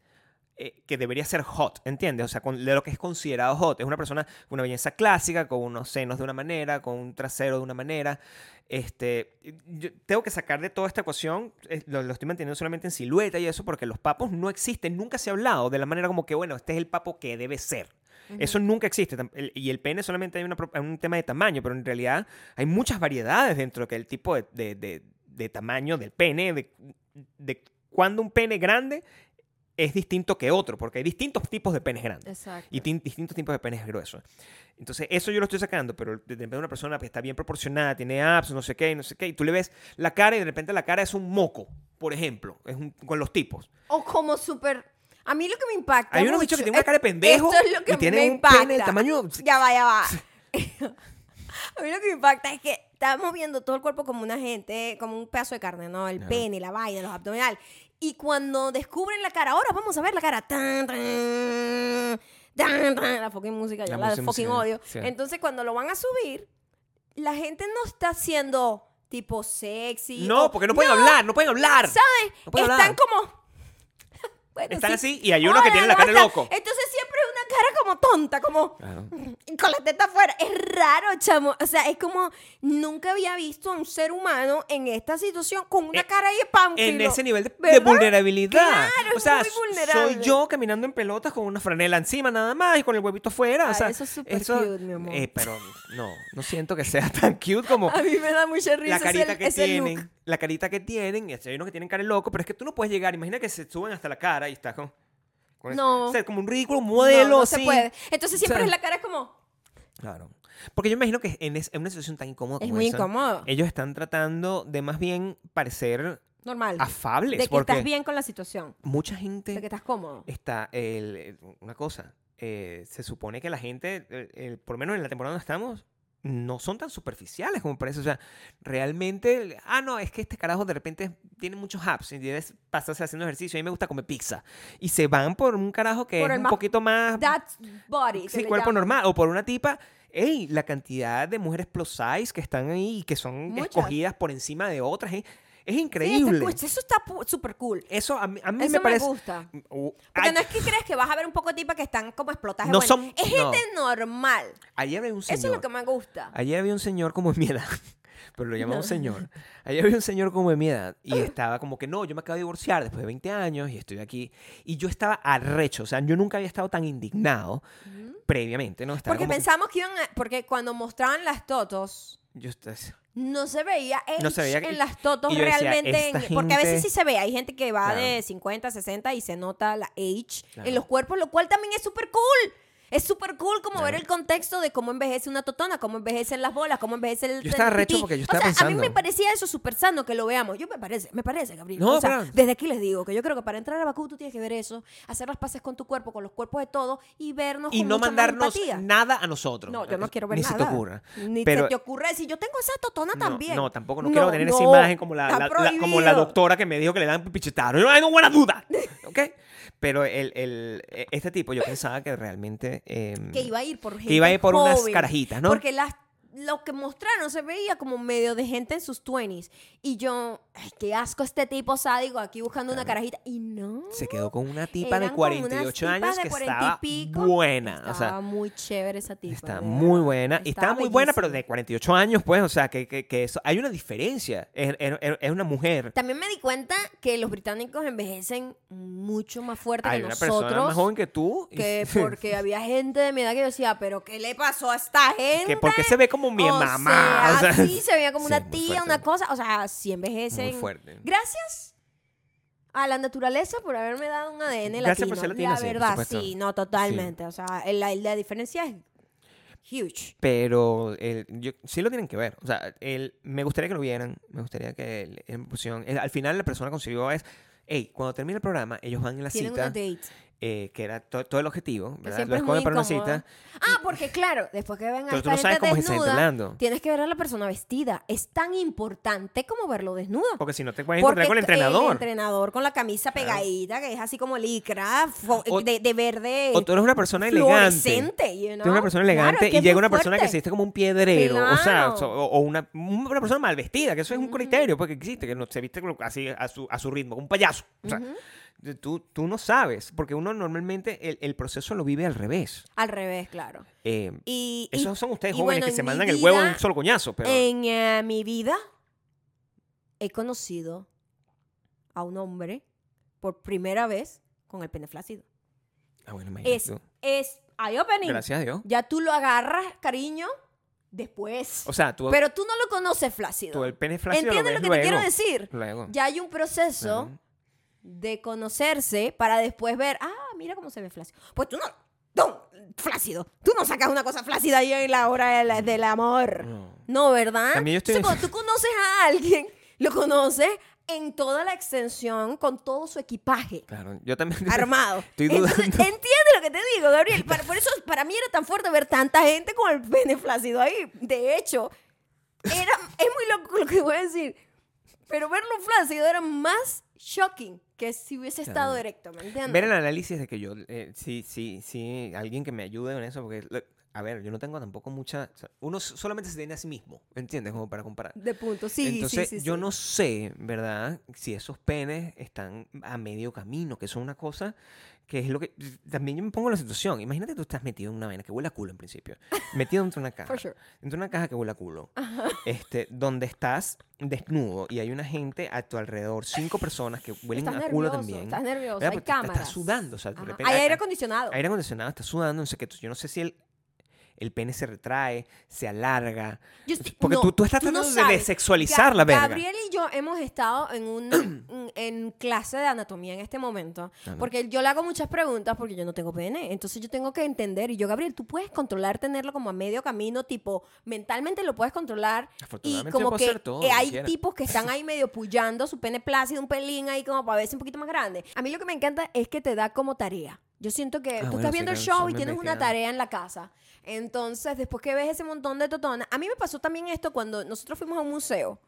eh, que debería ser hot, ¿entiendes? O sea, con, de lo que es considerado hot. Es una persona con una belleza clásica, con unos senos de una manera, con un trasero de una manera. Este, yo tengo que sacar de toda esta ecuación, eh, lo, lo estoy manteniendo solamente en silueta y eso, porque los papos no existen, nunca se ha hablado de la manera como que, bueno, este es el papo que debe ser. Eso nunca existe. tam- el- Y el pene solamente hay una pro- un tema de tamaño, pero en realidad hay muchas variedades dentro del tipo de, de- de- de tamaño del pene, de, de cuando un pene grande es distinto que otro, porque hay distintos tipos de penes grandes Exacto. y tin- distintos tipos de penes gruesos. Entonces, eso yo lo estoy sacando, pero de repente una persona que está bien proporcionada, tiene abs, no sé qué, no sé qué, y tú le ves la cara y de repente la cara es un moco, por ejemplo, es un- con los tipos. O como súper... A mí lo que me impacta Hay unos mucho- bichos que tienen una es- cara de pendejo Esto es lo que y tienen me un pene impacta. del tamaño... Ya va, ya va. A mí lo que me impacta es que estábamos viendo todo el cuerpo como una gente, como un pedazo de carne, ¿no? El Ajá. pene, la vaina, los abdominales. Y cuando descubren la cara, ahora vamos a ver la cara. Tan, tan, tan, tan. la fucking música, yo La la, música, fucking sí, odio. sí. Entonces, cuando lo van a subir, la gente no está siendo tipo sexy. No, o- porque no pueden hablar, no pueden hablar. ¿Sabes? No pueden Están hablar. como. Bueno, Están sí. así y hay unos que Hola, tienen la ¿cómo cara de estás? loco. Ah. Entonces siempre es una cara como tonta, como y con la teta afuera. Es raro, chamo. O sea, es como nunca había visto a un ser humano en esta situación con una Eh, cara de pánfilo. En ese nivel de, de ¿Verdad? vulnerabilidad. Claro, o sea, es muy vulnerable. soy yo caminando en pelotas con una franela encima nada más y con el huevito afuera. Ay, o sea, Ah, eso es súper cute, mi amor. Eh, pero no, no siento que sea tan cute como A mí me da mucha risa la carita ese, que ese tienen. look. La carita que tienen. Y hay unos que tienen cara de loco, pero es que tú no puedes llegar. Imagina que se suben hasta la cara y estás con. con- No. O sea, como un ridículo No, modelo no se así. puede. Entonces siempre O sea, es la cara es como Claro. Porque yo imagino que en, es- en una situación tan incómoda es como Eh, muy esa, incómodo. ellos están tratando de más bien parecer Normal. afables. De que porque estás bien con la situación, mucha de que gente estás cómodo. está. eh, el- el- una cosa. eh, se supone que la gente, el- el- por lo menos en la temporada donde estamos, no son tan superficiales como parece. O sea, realmente, ah, no, es que este carajo de repente tiene muchos apps y debes pasarse haciendo ejercicio. A mí me gusta comer pizza. Y se van por un carajo que Por es el un más- poquito más... That's body. que Sí, le cuerpo llaman. normal. O por una tipa, ey, la cantidad de mujeres plus size que están ahí y que son Muchas. escogidas por encima de otras. ¿eh? Es Sí, increíble. está cool, eso está pu- súper cool. Eso a mí, a mí Eso me parece... gusta. Uh, Porque ay, no es que crees que vas a ver un poco de tipas que están como explotadas. No bueno, son- es no. gente normal. Ayer había un señor. Eso es lo que me gusta. Ayer había un señor como de mi edad. Pero lo llamamos señor. Ayer había un señor como de mi edad. Ah. Y estaba como que no, yo me acabo de divorciar después de 20 años y estoy aquí. Y yo estaba arrecho. O sea, yo nunca había estado tan indignado previamente, ¿no? Estaba Mm. Porque como que- pensamos que iban a- Porque cuando mostraban las totos, yo estaba- no se veía age No se veía que- en las totos y yo decía, realmente. en- "Esta Porque a veces gente- sí se ve. Hay gente que va Claro. de 50, 60 y se nota la age Claro. en los cuerpos, lo cual también es súper cool. Es súper cool como ver Claro. el contexto de cómo envejece una totona, cómo envejecen las bolas, cómo envejece el... Yo estaba el recho pipí. porque yo O estaba sea, A pensando. mí me parecía eso súper sano que lo veamos. Yo me parece, me parece, Gabriel. No, O sea, claro. desde aquí les digo que yo creo que para entrar a Bakú tú tienes que ver eso, hacer las paces con tu cuerpo, con los cuerpos de todos y vernos Y con no mucha más mandarnos empatía. nada a nosotros. No, yo no quiero ver Ni nada. se te ocurra. Ni Pero- se te ocurra decir, yo tengo esa totona No, también. No, tampoco, no, quiero tener esa no, imagen como la, está la- la- como la prohibido. doctora que me dijo que le dan pichetaro. Yo no tengo buena duda. ¿Ok? Pero el, el- e- este tipo, yo pensaba que realmente. eh, Que iba a ir por gente iba a ir por unas joven, carajitas, ¿no? Porque las, lo que mostraron se veía como medio de gente en sus 20s. Y yo, ay, qué asco este tipo sádico aquí buscando una carajita. Y no. se quedó con una tipa de Eran como unas 48 tipas años de que 40 y estaba pico. buena. Estaba o sea, muy chévere esa tipa. Está de muy verdad. buena. Y está muy buena, pero de 48 años, pues. O sea, que, que, que eso. Hay una diferencia. Es, es- es una mujer. También me di cuenta que los británicos envejecen mucho más fuerte Hay que una nosotros. persona más joven que tú. y- que porque había gente de mi edad que yo decía, pero ¿qué le pasó a esta gente? Que porque se ve como mi O mamá, Sea, o sea. sí, se veía como Sí, una muy tía, fuerte. una cosa. O sea, sí envejecen. Muy fuerte. Gracias a la naturaleza por haberme dado un ADN Gracias latino. por ser la latina, sí, por verdad, supuesto. sí, no, totalmente. O sea, el- la, la diferencia es huge. Pero el- yo- sí lo tienen que ver. O sea, el, me gustaría que lo vieran. Me gustaría que le- en pusieron- el- al final la persona consiguió es, hey, cuando termine el programa, ellos van en la Tienen una cita, date. eh, que era to- todo el objetivo, Que ¿verdad? Lo siempre es escogen muy para una incómodo. cita. Ah, porque claro, después que ven a Pero tú esta no sabes gente cómo se está desnuda, hablando. tienes que ver a la persona vestida. Es tan importante como verlo desnudo. Porque si no te puedes encontrar con el c- entrenador. entrenador con la camisa pegadita, que es así como licra, fo- O- de, de verde. o tú eres una persona elegante. fluorescente, you know? Tú eres una persona Claro, elegante es que y es llega muy una persona que fuerte. se viste como un piedrero, o sea, Claro. so- o, o una, una persona mal vestida, que eso es un criterio porque existe, que no se viste como así a su, a su ritmo, como un payaso. O sea, tú, tú no sabes, porque uno normalmente el, el proceso lo vive al revés. Al revés, claro. Eh, Y, y- esos son ustedes y jóvenes bueno, que se en mi mandan el huevo de vida, un solo coñazo, pero en eh, mi vida he conocido a un hombre por primera vez con el pene flácido. ah, bueno, imagínate Es, tú. es eye opening. gracias a Dios. Ya tú lo agarras, cariño, después. O sea, tú, pero tú no lo conoces flácido. tú el pene flácido lo ¿Entiendes lo ves que luego. te quiero decir? luego. Ya hay un proceso Ajá. de conocerse para después ver, ah, mira cómo se ve flácido. Pues tú no, tú, flácido. Tú no sacas una cosa flácida ahí en la hora del, del amor. No, No. ¿verdad? También yo estoy- Entonces, cuando tú conoces a alguien, lo conoces en toda la extensión, con todo su equipaje. Claro, yo también Armado. Estoy Entonces, dudando. entiende lo que te digo, Gabriel. Para- por eso, para mí era tan fuerte ver tanta gente con el pene flácido ahí. De hecho, era, es muy loco lo que voy a decir. Pero verlo flácido era más shocking que si hubiese estado Claro. erecto, ¿me entiendes? Ver el análisis de que yo, eh, sí, sí, sí, alguien que me ayude con eso, porque, lo- a ver, yo no tengo tampoco mucha, o sea, uno s- solamente se tiene a sí mismo, ¿entiendes? Como para comparar. De punto, sí, Entonces, sí, sí. yo sí. no sé, ¿verdad? Si esos penes están a medio camino, que son una cosa que es lo que... También yo me pongo en la situación. Imagínate tú estás metido en una vaina que huele a culo en principio. Metido dentro de una caja. For sure. Dentro de una caja que huele a culo. Este, donde estás desnudo y hay una gente a tu alrededor, cinco personas que huelen Estás a culo nervioso, también. estás nervioso, ¿verdad? hay Porque te- te cámaras. Estás sudando, o sea, de Ajá. repente- Hay a- aire a- acondicionado. aire acondicionado, está sudando, no sé qué. Yo no sé si el, el pene se retrae, se alarga. Yo estoy- Porque no, tú, tú estás no tratando de sabes. desexualizar Ga- la verga. Gabriel y yo hemos estado en un en clase de anatomía en este momento, Ajá. porque yo le hago muchas preguntas porque yo no tengo pene, entonces yo tengo que entender y yo Gabriel, tú puedes controlar tenerlo como a medio camino, tipo mentalmente lo puedes controlar y Afortunadamente yo como puedo que hacer todo eh, lo que hay quiera. tipos que están ahí medio puyando su pene plácido un pelín ahí como para verse un poquito más grande. A mí lo que me encanta es que te da como tarea. Yo siento que tú Ah, bueno, estás sí, viendo el claro, show son y tienes memes que una dan. tarea en la casa. Entonces, después que ves ese montón de totonas, a mí me pasó también esto cuando nosotros fuimos a un museo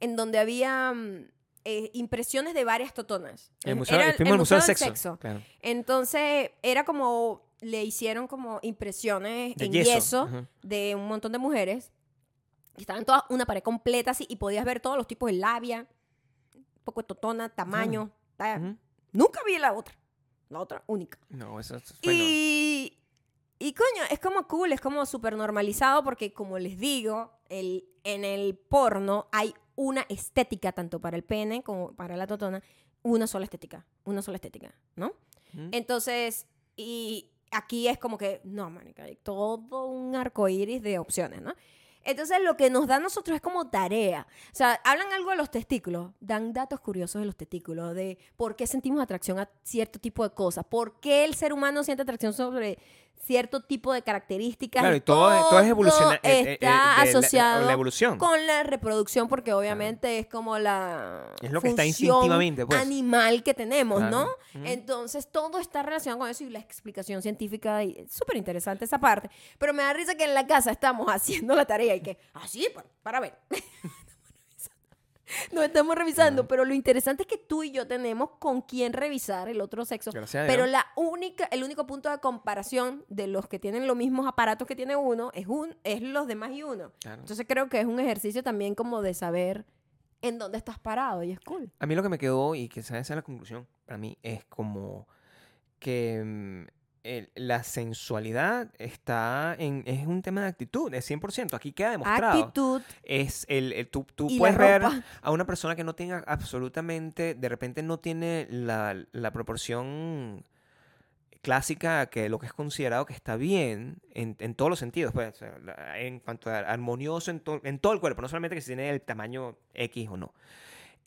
en donde había mm, eh, impresiones de varias totonas. El museo, eh, Era fuimos al museo del sexo. sexo. claro. Entonces, era como le hicieron como impresiones De en yeso, yeso, ajá. de un montón de mujeres. Y Estaban todas una pared completa así y podías ver todos los tipos de labia, un poco de totona, tamaño. talla. Ujú. Nunca vi la otra, la otra única. No, eso es bueno. Y, y coño, es como cool, es como súper normalizado porque como les digo, el, en el porno hay una estética tanto para el pene como para la totona, una sola estética, una sola estética, ¿no? Ujú. Entonces, y aquí es como que, no, marica, hay todo un arco iris de opciones, ¿no? Entonces, lo que nos da a nosotros es como tarea. O sea, hablan algo de los testículos, dan datos curiosos de los testículos, de por qué sentimos atracción a cierto tipo de cosas, por qué el ser humano siente atracción sobre cierto tipo de características. Claro, y todo, todo es eh, evolucionar. Está asociado la, evolución. con la reproducción, porque obviamente es como la. Es lo que está función instintivamente, pues. Animal que tenemos, Claro. ¿no? Entonces todo está relacionado con eso y la explicación científica. y Es súper interesante esa parte. Pero me da risa que en la casa estamos haciendo la tarea y que. Así, para, para ver. No estamos revisando, pero lo interesante es que tú y yo tenemos con quién revisar el otro sexo. Gracias a Pero Dios. la única, el único punto de comparación de los que tienen los mismos aparatos que tiene uno es un, es los demás y uno. Claro. Entonces creo que es un ejercicio también como de saber en dónde estás parado y es cool. A mí lo que me quedó, y quizás esa es la conclusión, para mí es como que mm, el- la sensualidad está en, es un tema de actitud, es 100%, aquí queda demostrado. Actitud. Es el, el- tú, tú Y la puedes ver ropa. a una persona que no tenga absolutamente, de repente no tiene la, la proporción clásica que lo que es considerado que está bien en, en todos los sentidos, pues, o sea, la- en cuanto a armonioso en, to- en todo el cuerpo, no solamente que si tiene el tamaño X o no.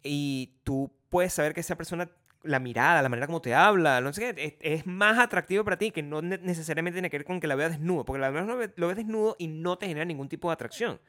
Y tú puedes saber que esa persona, la mirada, la manera como te habla, no sé qué, es, es más atractivo para ti, que no ne- necesariamente tiene que ver con que la veas desnudo, porque la veas lo, ve- lo ves desnudo y no te genera ningún tipo de atracción,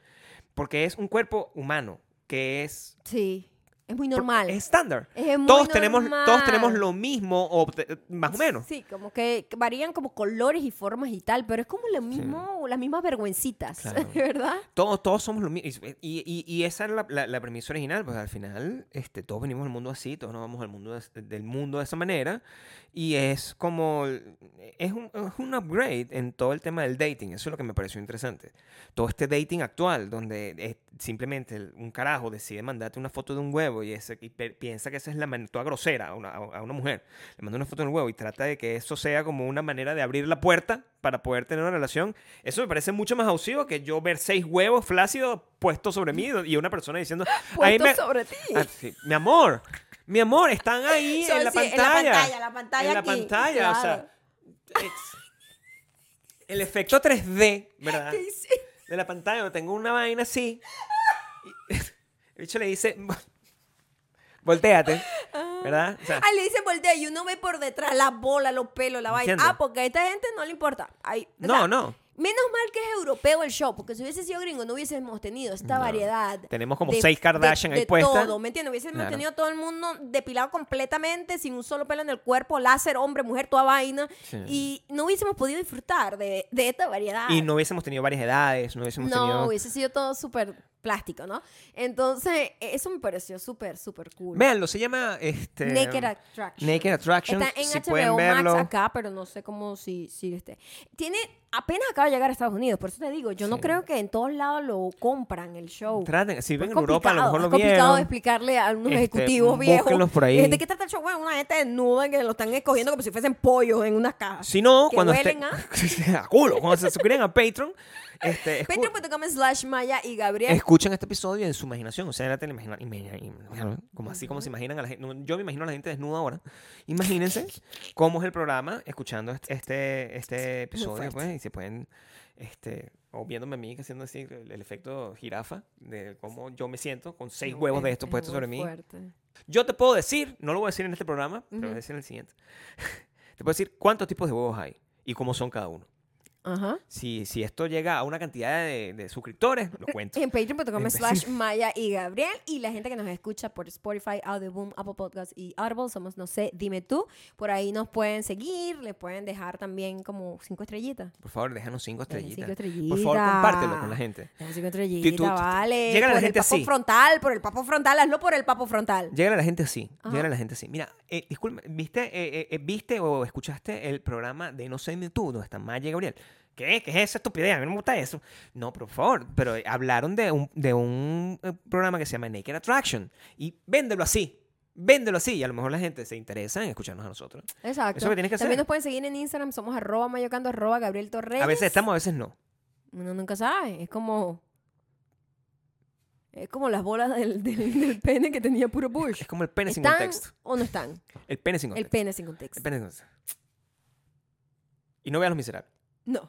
porque es un cuerpo humano, que es... Sí. Es muy por- normal. Es estándar. Es muy Todos tenemos, todos normal. tenemos lo mismo, o te- más o menos. Sí, como que varían como colores y formas y tal, pero es como lo mismo, las mismas vergüencitas, Claro. ¿verdad? Todos, todos somos lo mismo. Y, y- y esa era la, la- la premisa original, pues al final este, todos venimos del mundo así, todos nos vamos al mundo de- del mundo de esa manera. Y es como, es un, es un upgrade en todo el tema del dating. Eso es lo que me pareció interesante. Todo este dating actual, donde eh, simplemente el- un carajo decide mandarte una foto de un huevo y, ese, y pe- piensa que esa es la man- toda grosera a una, a una mujer. Le manda una foto de un huevo y trata de que eso sea como una manera de abrir la puerta para poder tener una relación. Eso me parece mucho más abusivo que yo ver seis huevos flácidos puestos sobre mí y una persona diciendo, "Ay, Puesto me- sobre ti. Ah, sí. mi amor, mi amor, están ahí Son- en, la sí, pantalla, en la pantalla, En la aquí, pantalla, o sea, claro. es- el efecto 3D, ¿verdad? ¿Qué hiciste? De la pantalla, yo tengo una vaina así. y el bicho le dice, volteate, ¿verdad? O sea, Ay, le dicen voltea y uno ve por detrás la bola, los pelos, la vaina. Entiendo. Ah, porque a esta gente no le importa. Ay, o no, sea, no. Menos mal que es europeo el show, porque si hubiese sido gringo no hubiésemos tenido esta No. variedad. Tenemos como seis Kardashian de- ahí de puestas. todo, ¿me entiendes? Hubiésemos Claro. tenido todo el mundo depilado completamente, sin un solo pelo en el cuerpo, láser, hombre, mujer, toda vaina. Sí. Y no hubiésemos podido disfrutar de, de esta variedad. Y no hubiésemos tenido varias edades, no hubiésemos ah. No, tenido... hubiese sido todo súper plástico, ¿no? Entonces, e, eso me pareció súper, súper cool. Véanlo, se llama este, Naked Attraction. Naked Attraction. Está en si HBO pueden Max verlo. acá, pero no sé cómo si, si esté. Tiene, apenas acaba de llegar a Estados Unidos, por eso te digo, yo no Sí. creo que en todos lados lo compran el show. Traten, si Es ven en Europa, a lo Pues complicado, mejor lo es complicado vieron. explicarle a unos Este, ejecutivos viejos. búsquenlos por ahí. ¿De qué trata el show? Bueno, una gente desnuda que lo están escogiendo como si fuesen pollos en unas cajas. Si no, que cuando huelen esté- a culo, cuando se suscriban a Patreon, este, escu- Patreon.com slash Maya y Gabriel. escuchen este episodio en su imaginación. O sea, ya te lo imagina- imagina- imagina- como así como se imaginan a la gente. Yo me imagino a la gente desnuda ahora. Imagínense cómo es el programa escuchando este, este, este episodio, fuerte. pues, y se pueden, este, o viéndome a mí que haciendo así el, el efecto jirafa de cómo yo me siento con seis huevos de Es- estos es puestos muy sobre mí. fuerte. Yo te puedo decir, no lo voy a decir en este programa, pero voy a Ujú. decir en el siguiente. Te puedo decir cuántos tipos de huevos hay y cómo son cada uno. Ajá. Si, si esto llega a una cantidad de, de suscriptores, lo cuento. En patreon.com En- slash Maya y Gabriel. Y la gente que nos escucha por Spotify, Audioboom, Apple Podcasts y Audible, somos No sé, dime tú. Por ahí nos pueden seguir, le pueden dejar también como cinco estrellitas. Por favor, déjanos cinco Dejen estrellitas. cinco Por favor, estrellitas. compártelo con la gente. Dejen cinco estrellitas, tú- tú- vale. llega a la por gente el papo así. frontal, por el papo frontal, hazlo por el papo frontal. Llega a la gente así. Ajá. Llega a la gente así. Mira, eh, disculpe, ¿viste, eh, eh, eh, ¿viste o escuchaste el programa de No sé ni tú, donde está Maya y Gabriel? ¿Qué? ¿Qué es esa estupidez? A mí no me gusta eso. No, pero por favor, pero eh, hablaron de un, de un eh, programa que se llama Naked Attraction. Y véndelo así. Véndelo así. Y a lo mejor la gente se interesa en escucharnos a nosotros. Exacto. Eso que tienes que también hacer. nos pueden seguir en Instagram, somos arroba mayocando, arroba Gabriel Torres. A veces estamos, a veces no. Uno nunca sabe. Es como. Es como las bolas del, del- del pene que tenía puro Bush. Es como el pene sin ¿Están contexto. o no están? El pene sin El contexto. pene sin contexto. El pene sin contexto. Y no veas los miserables. No.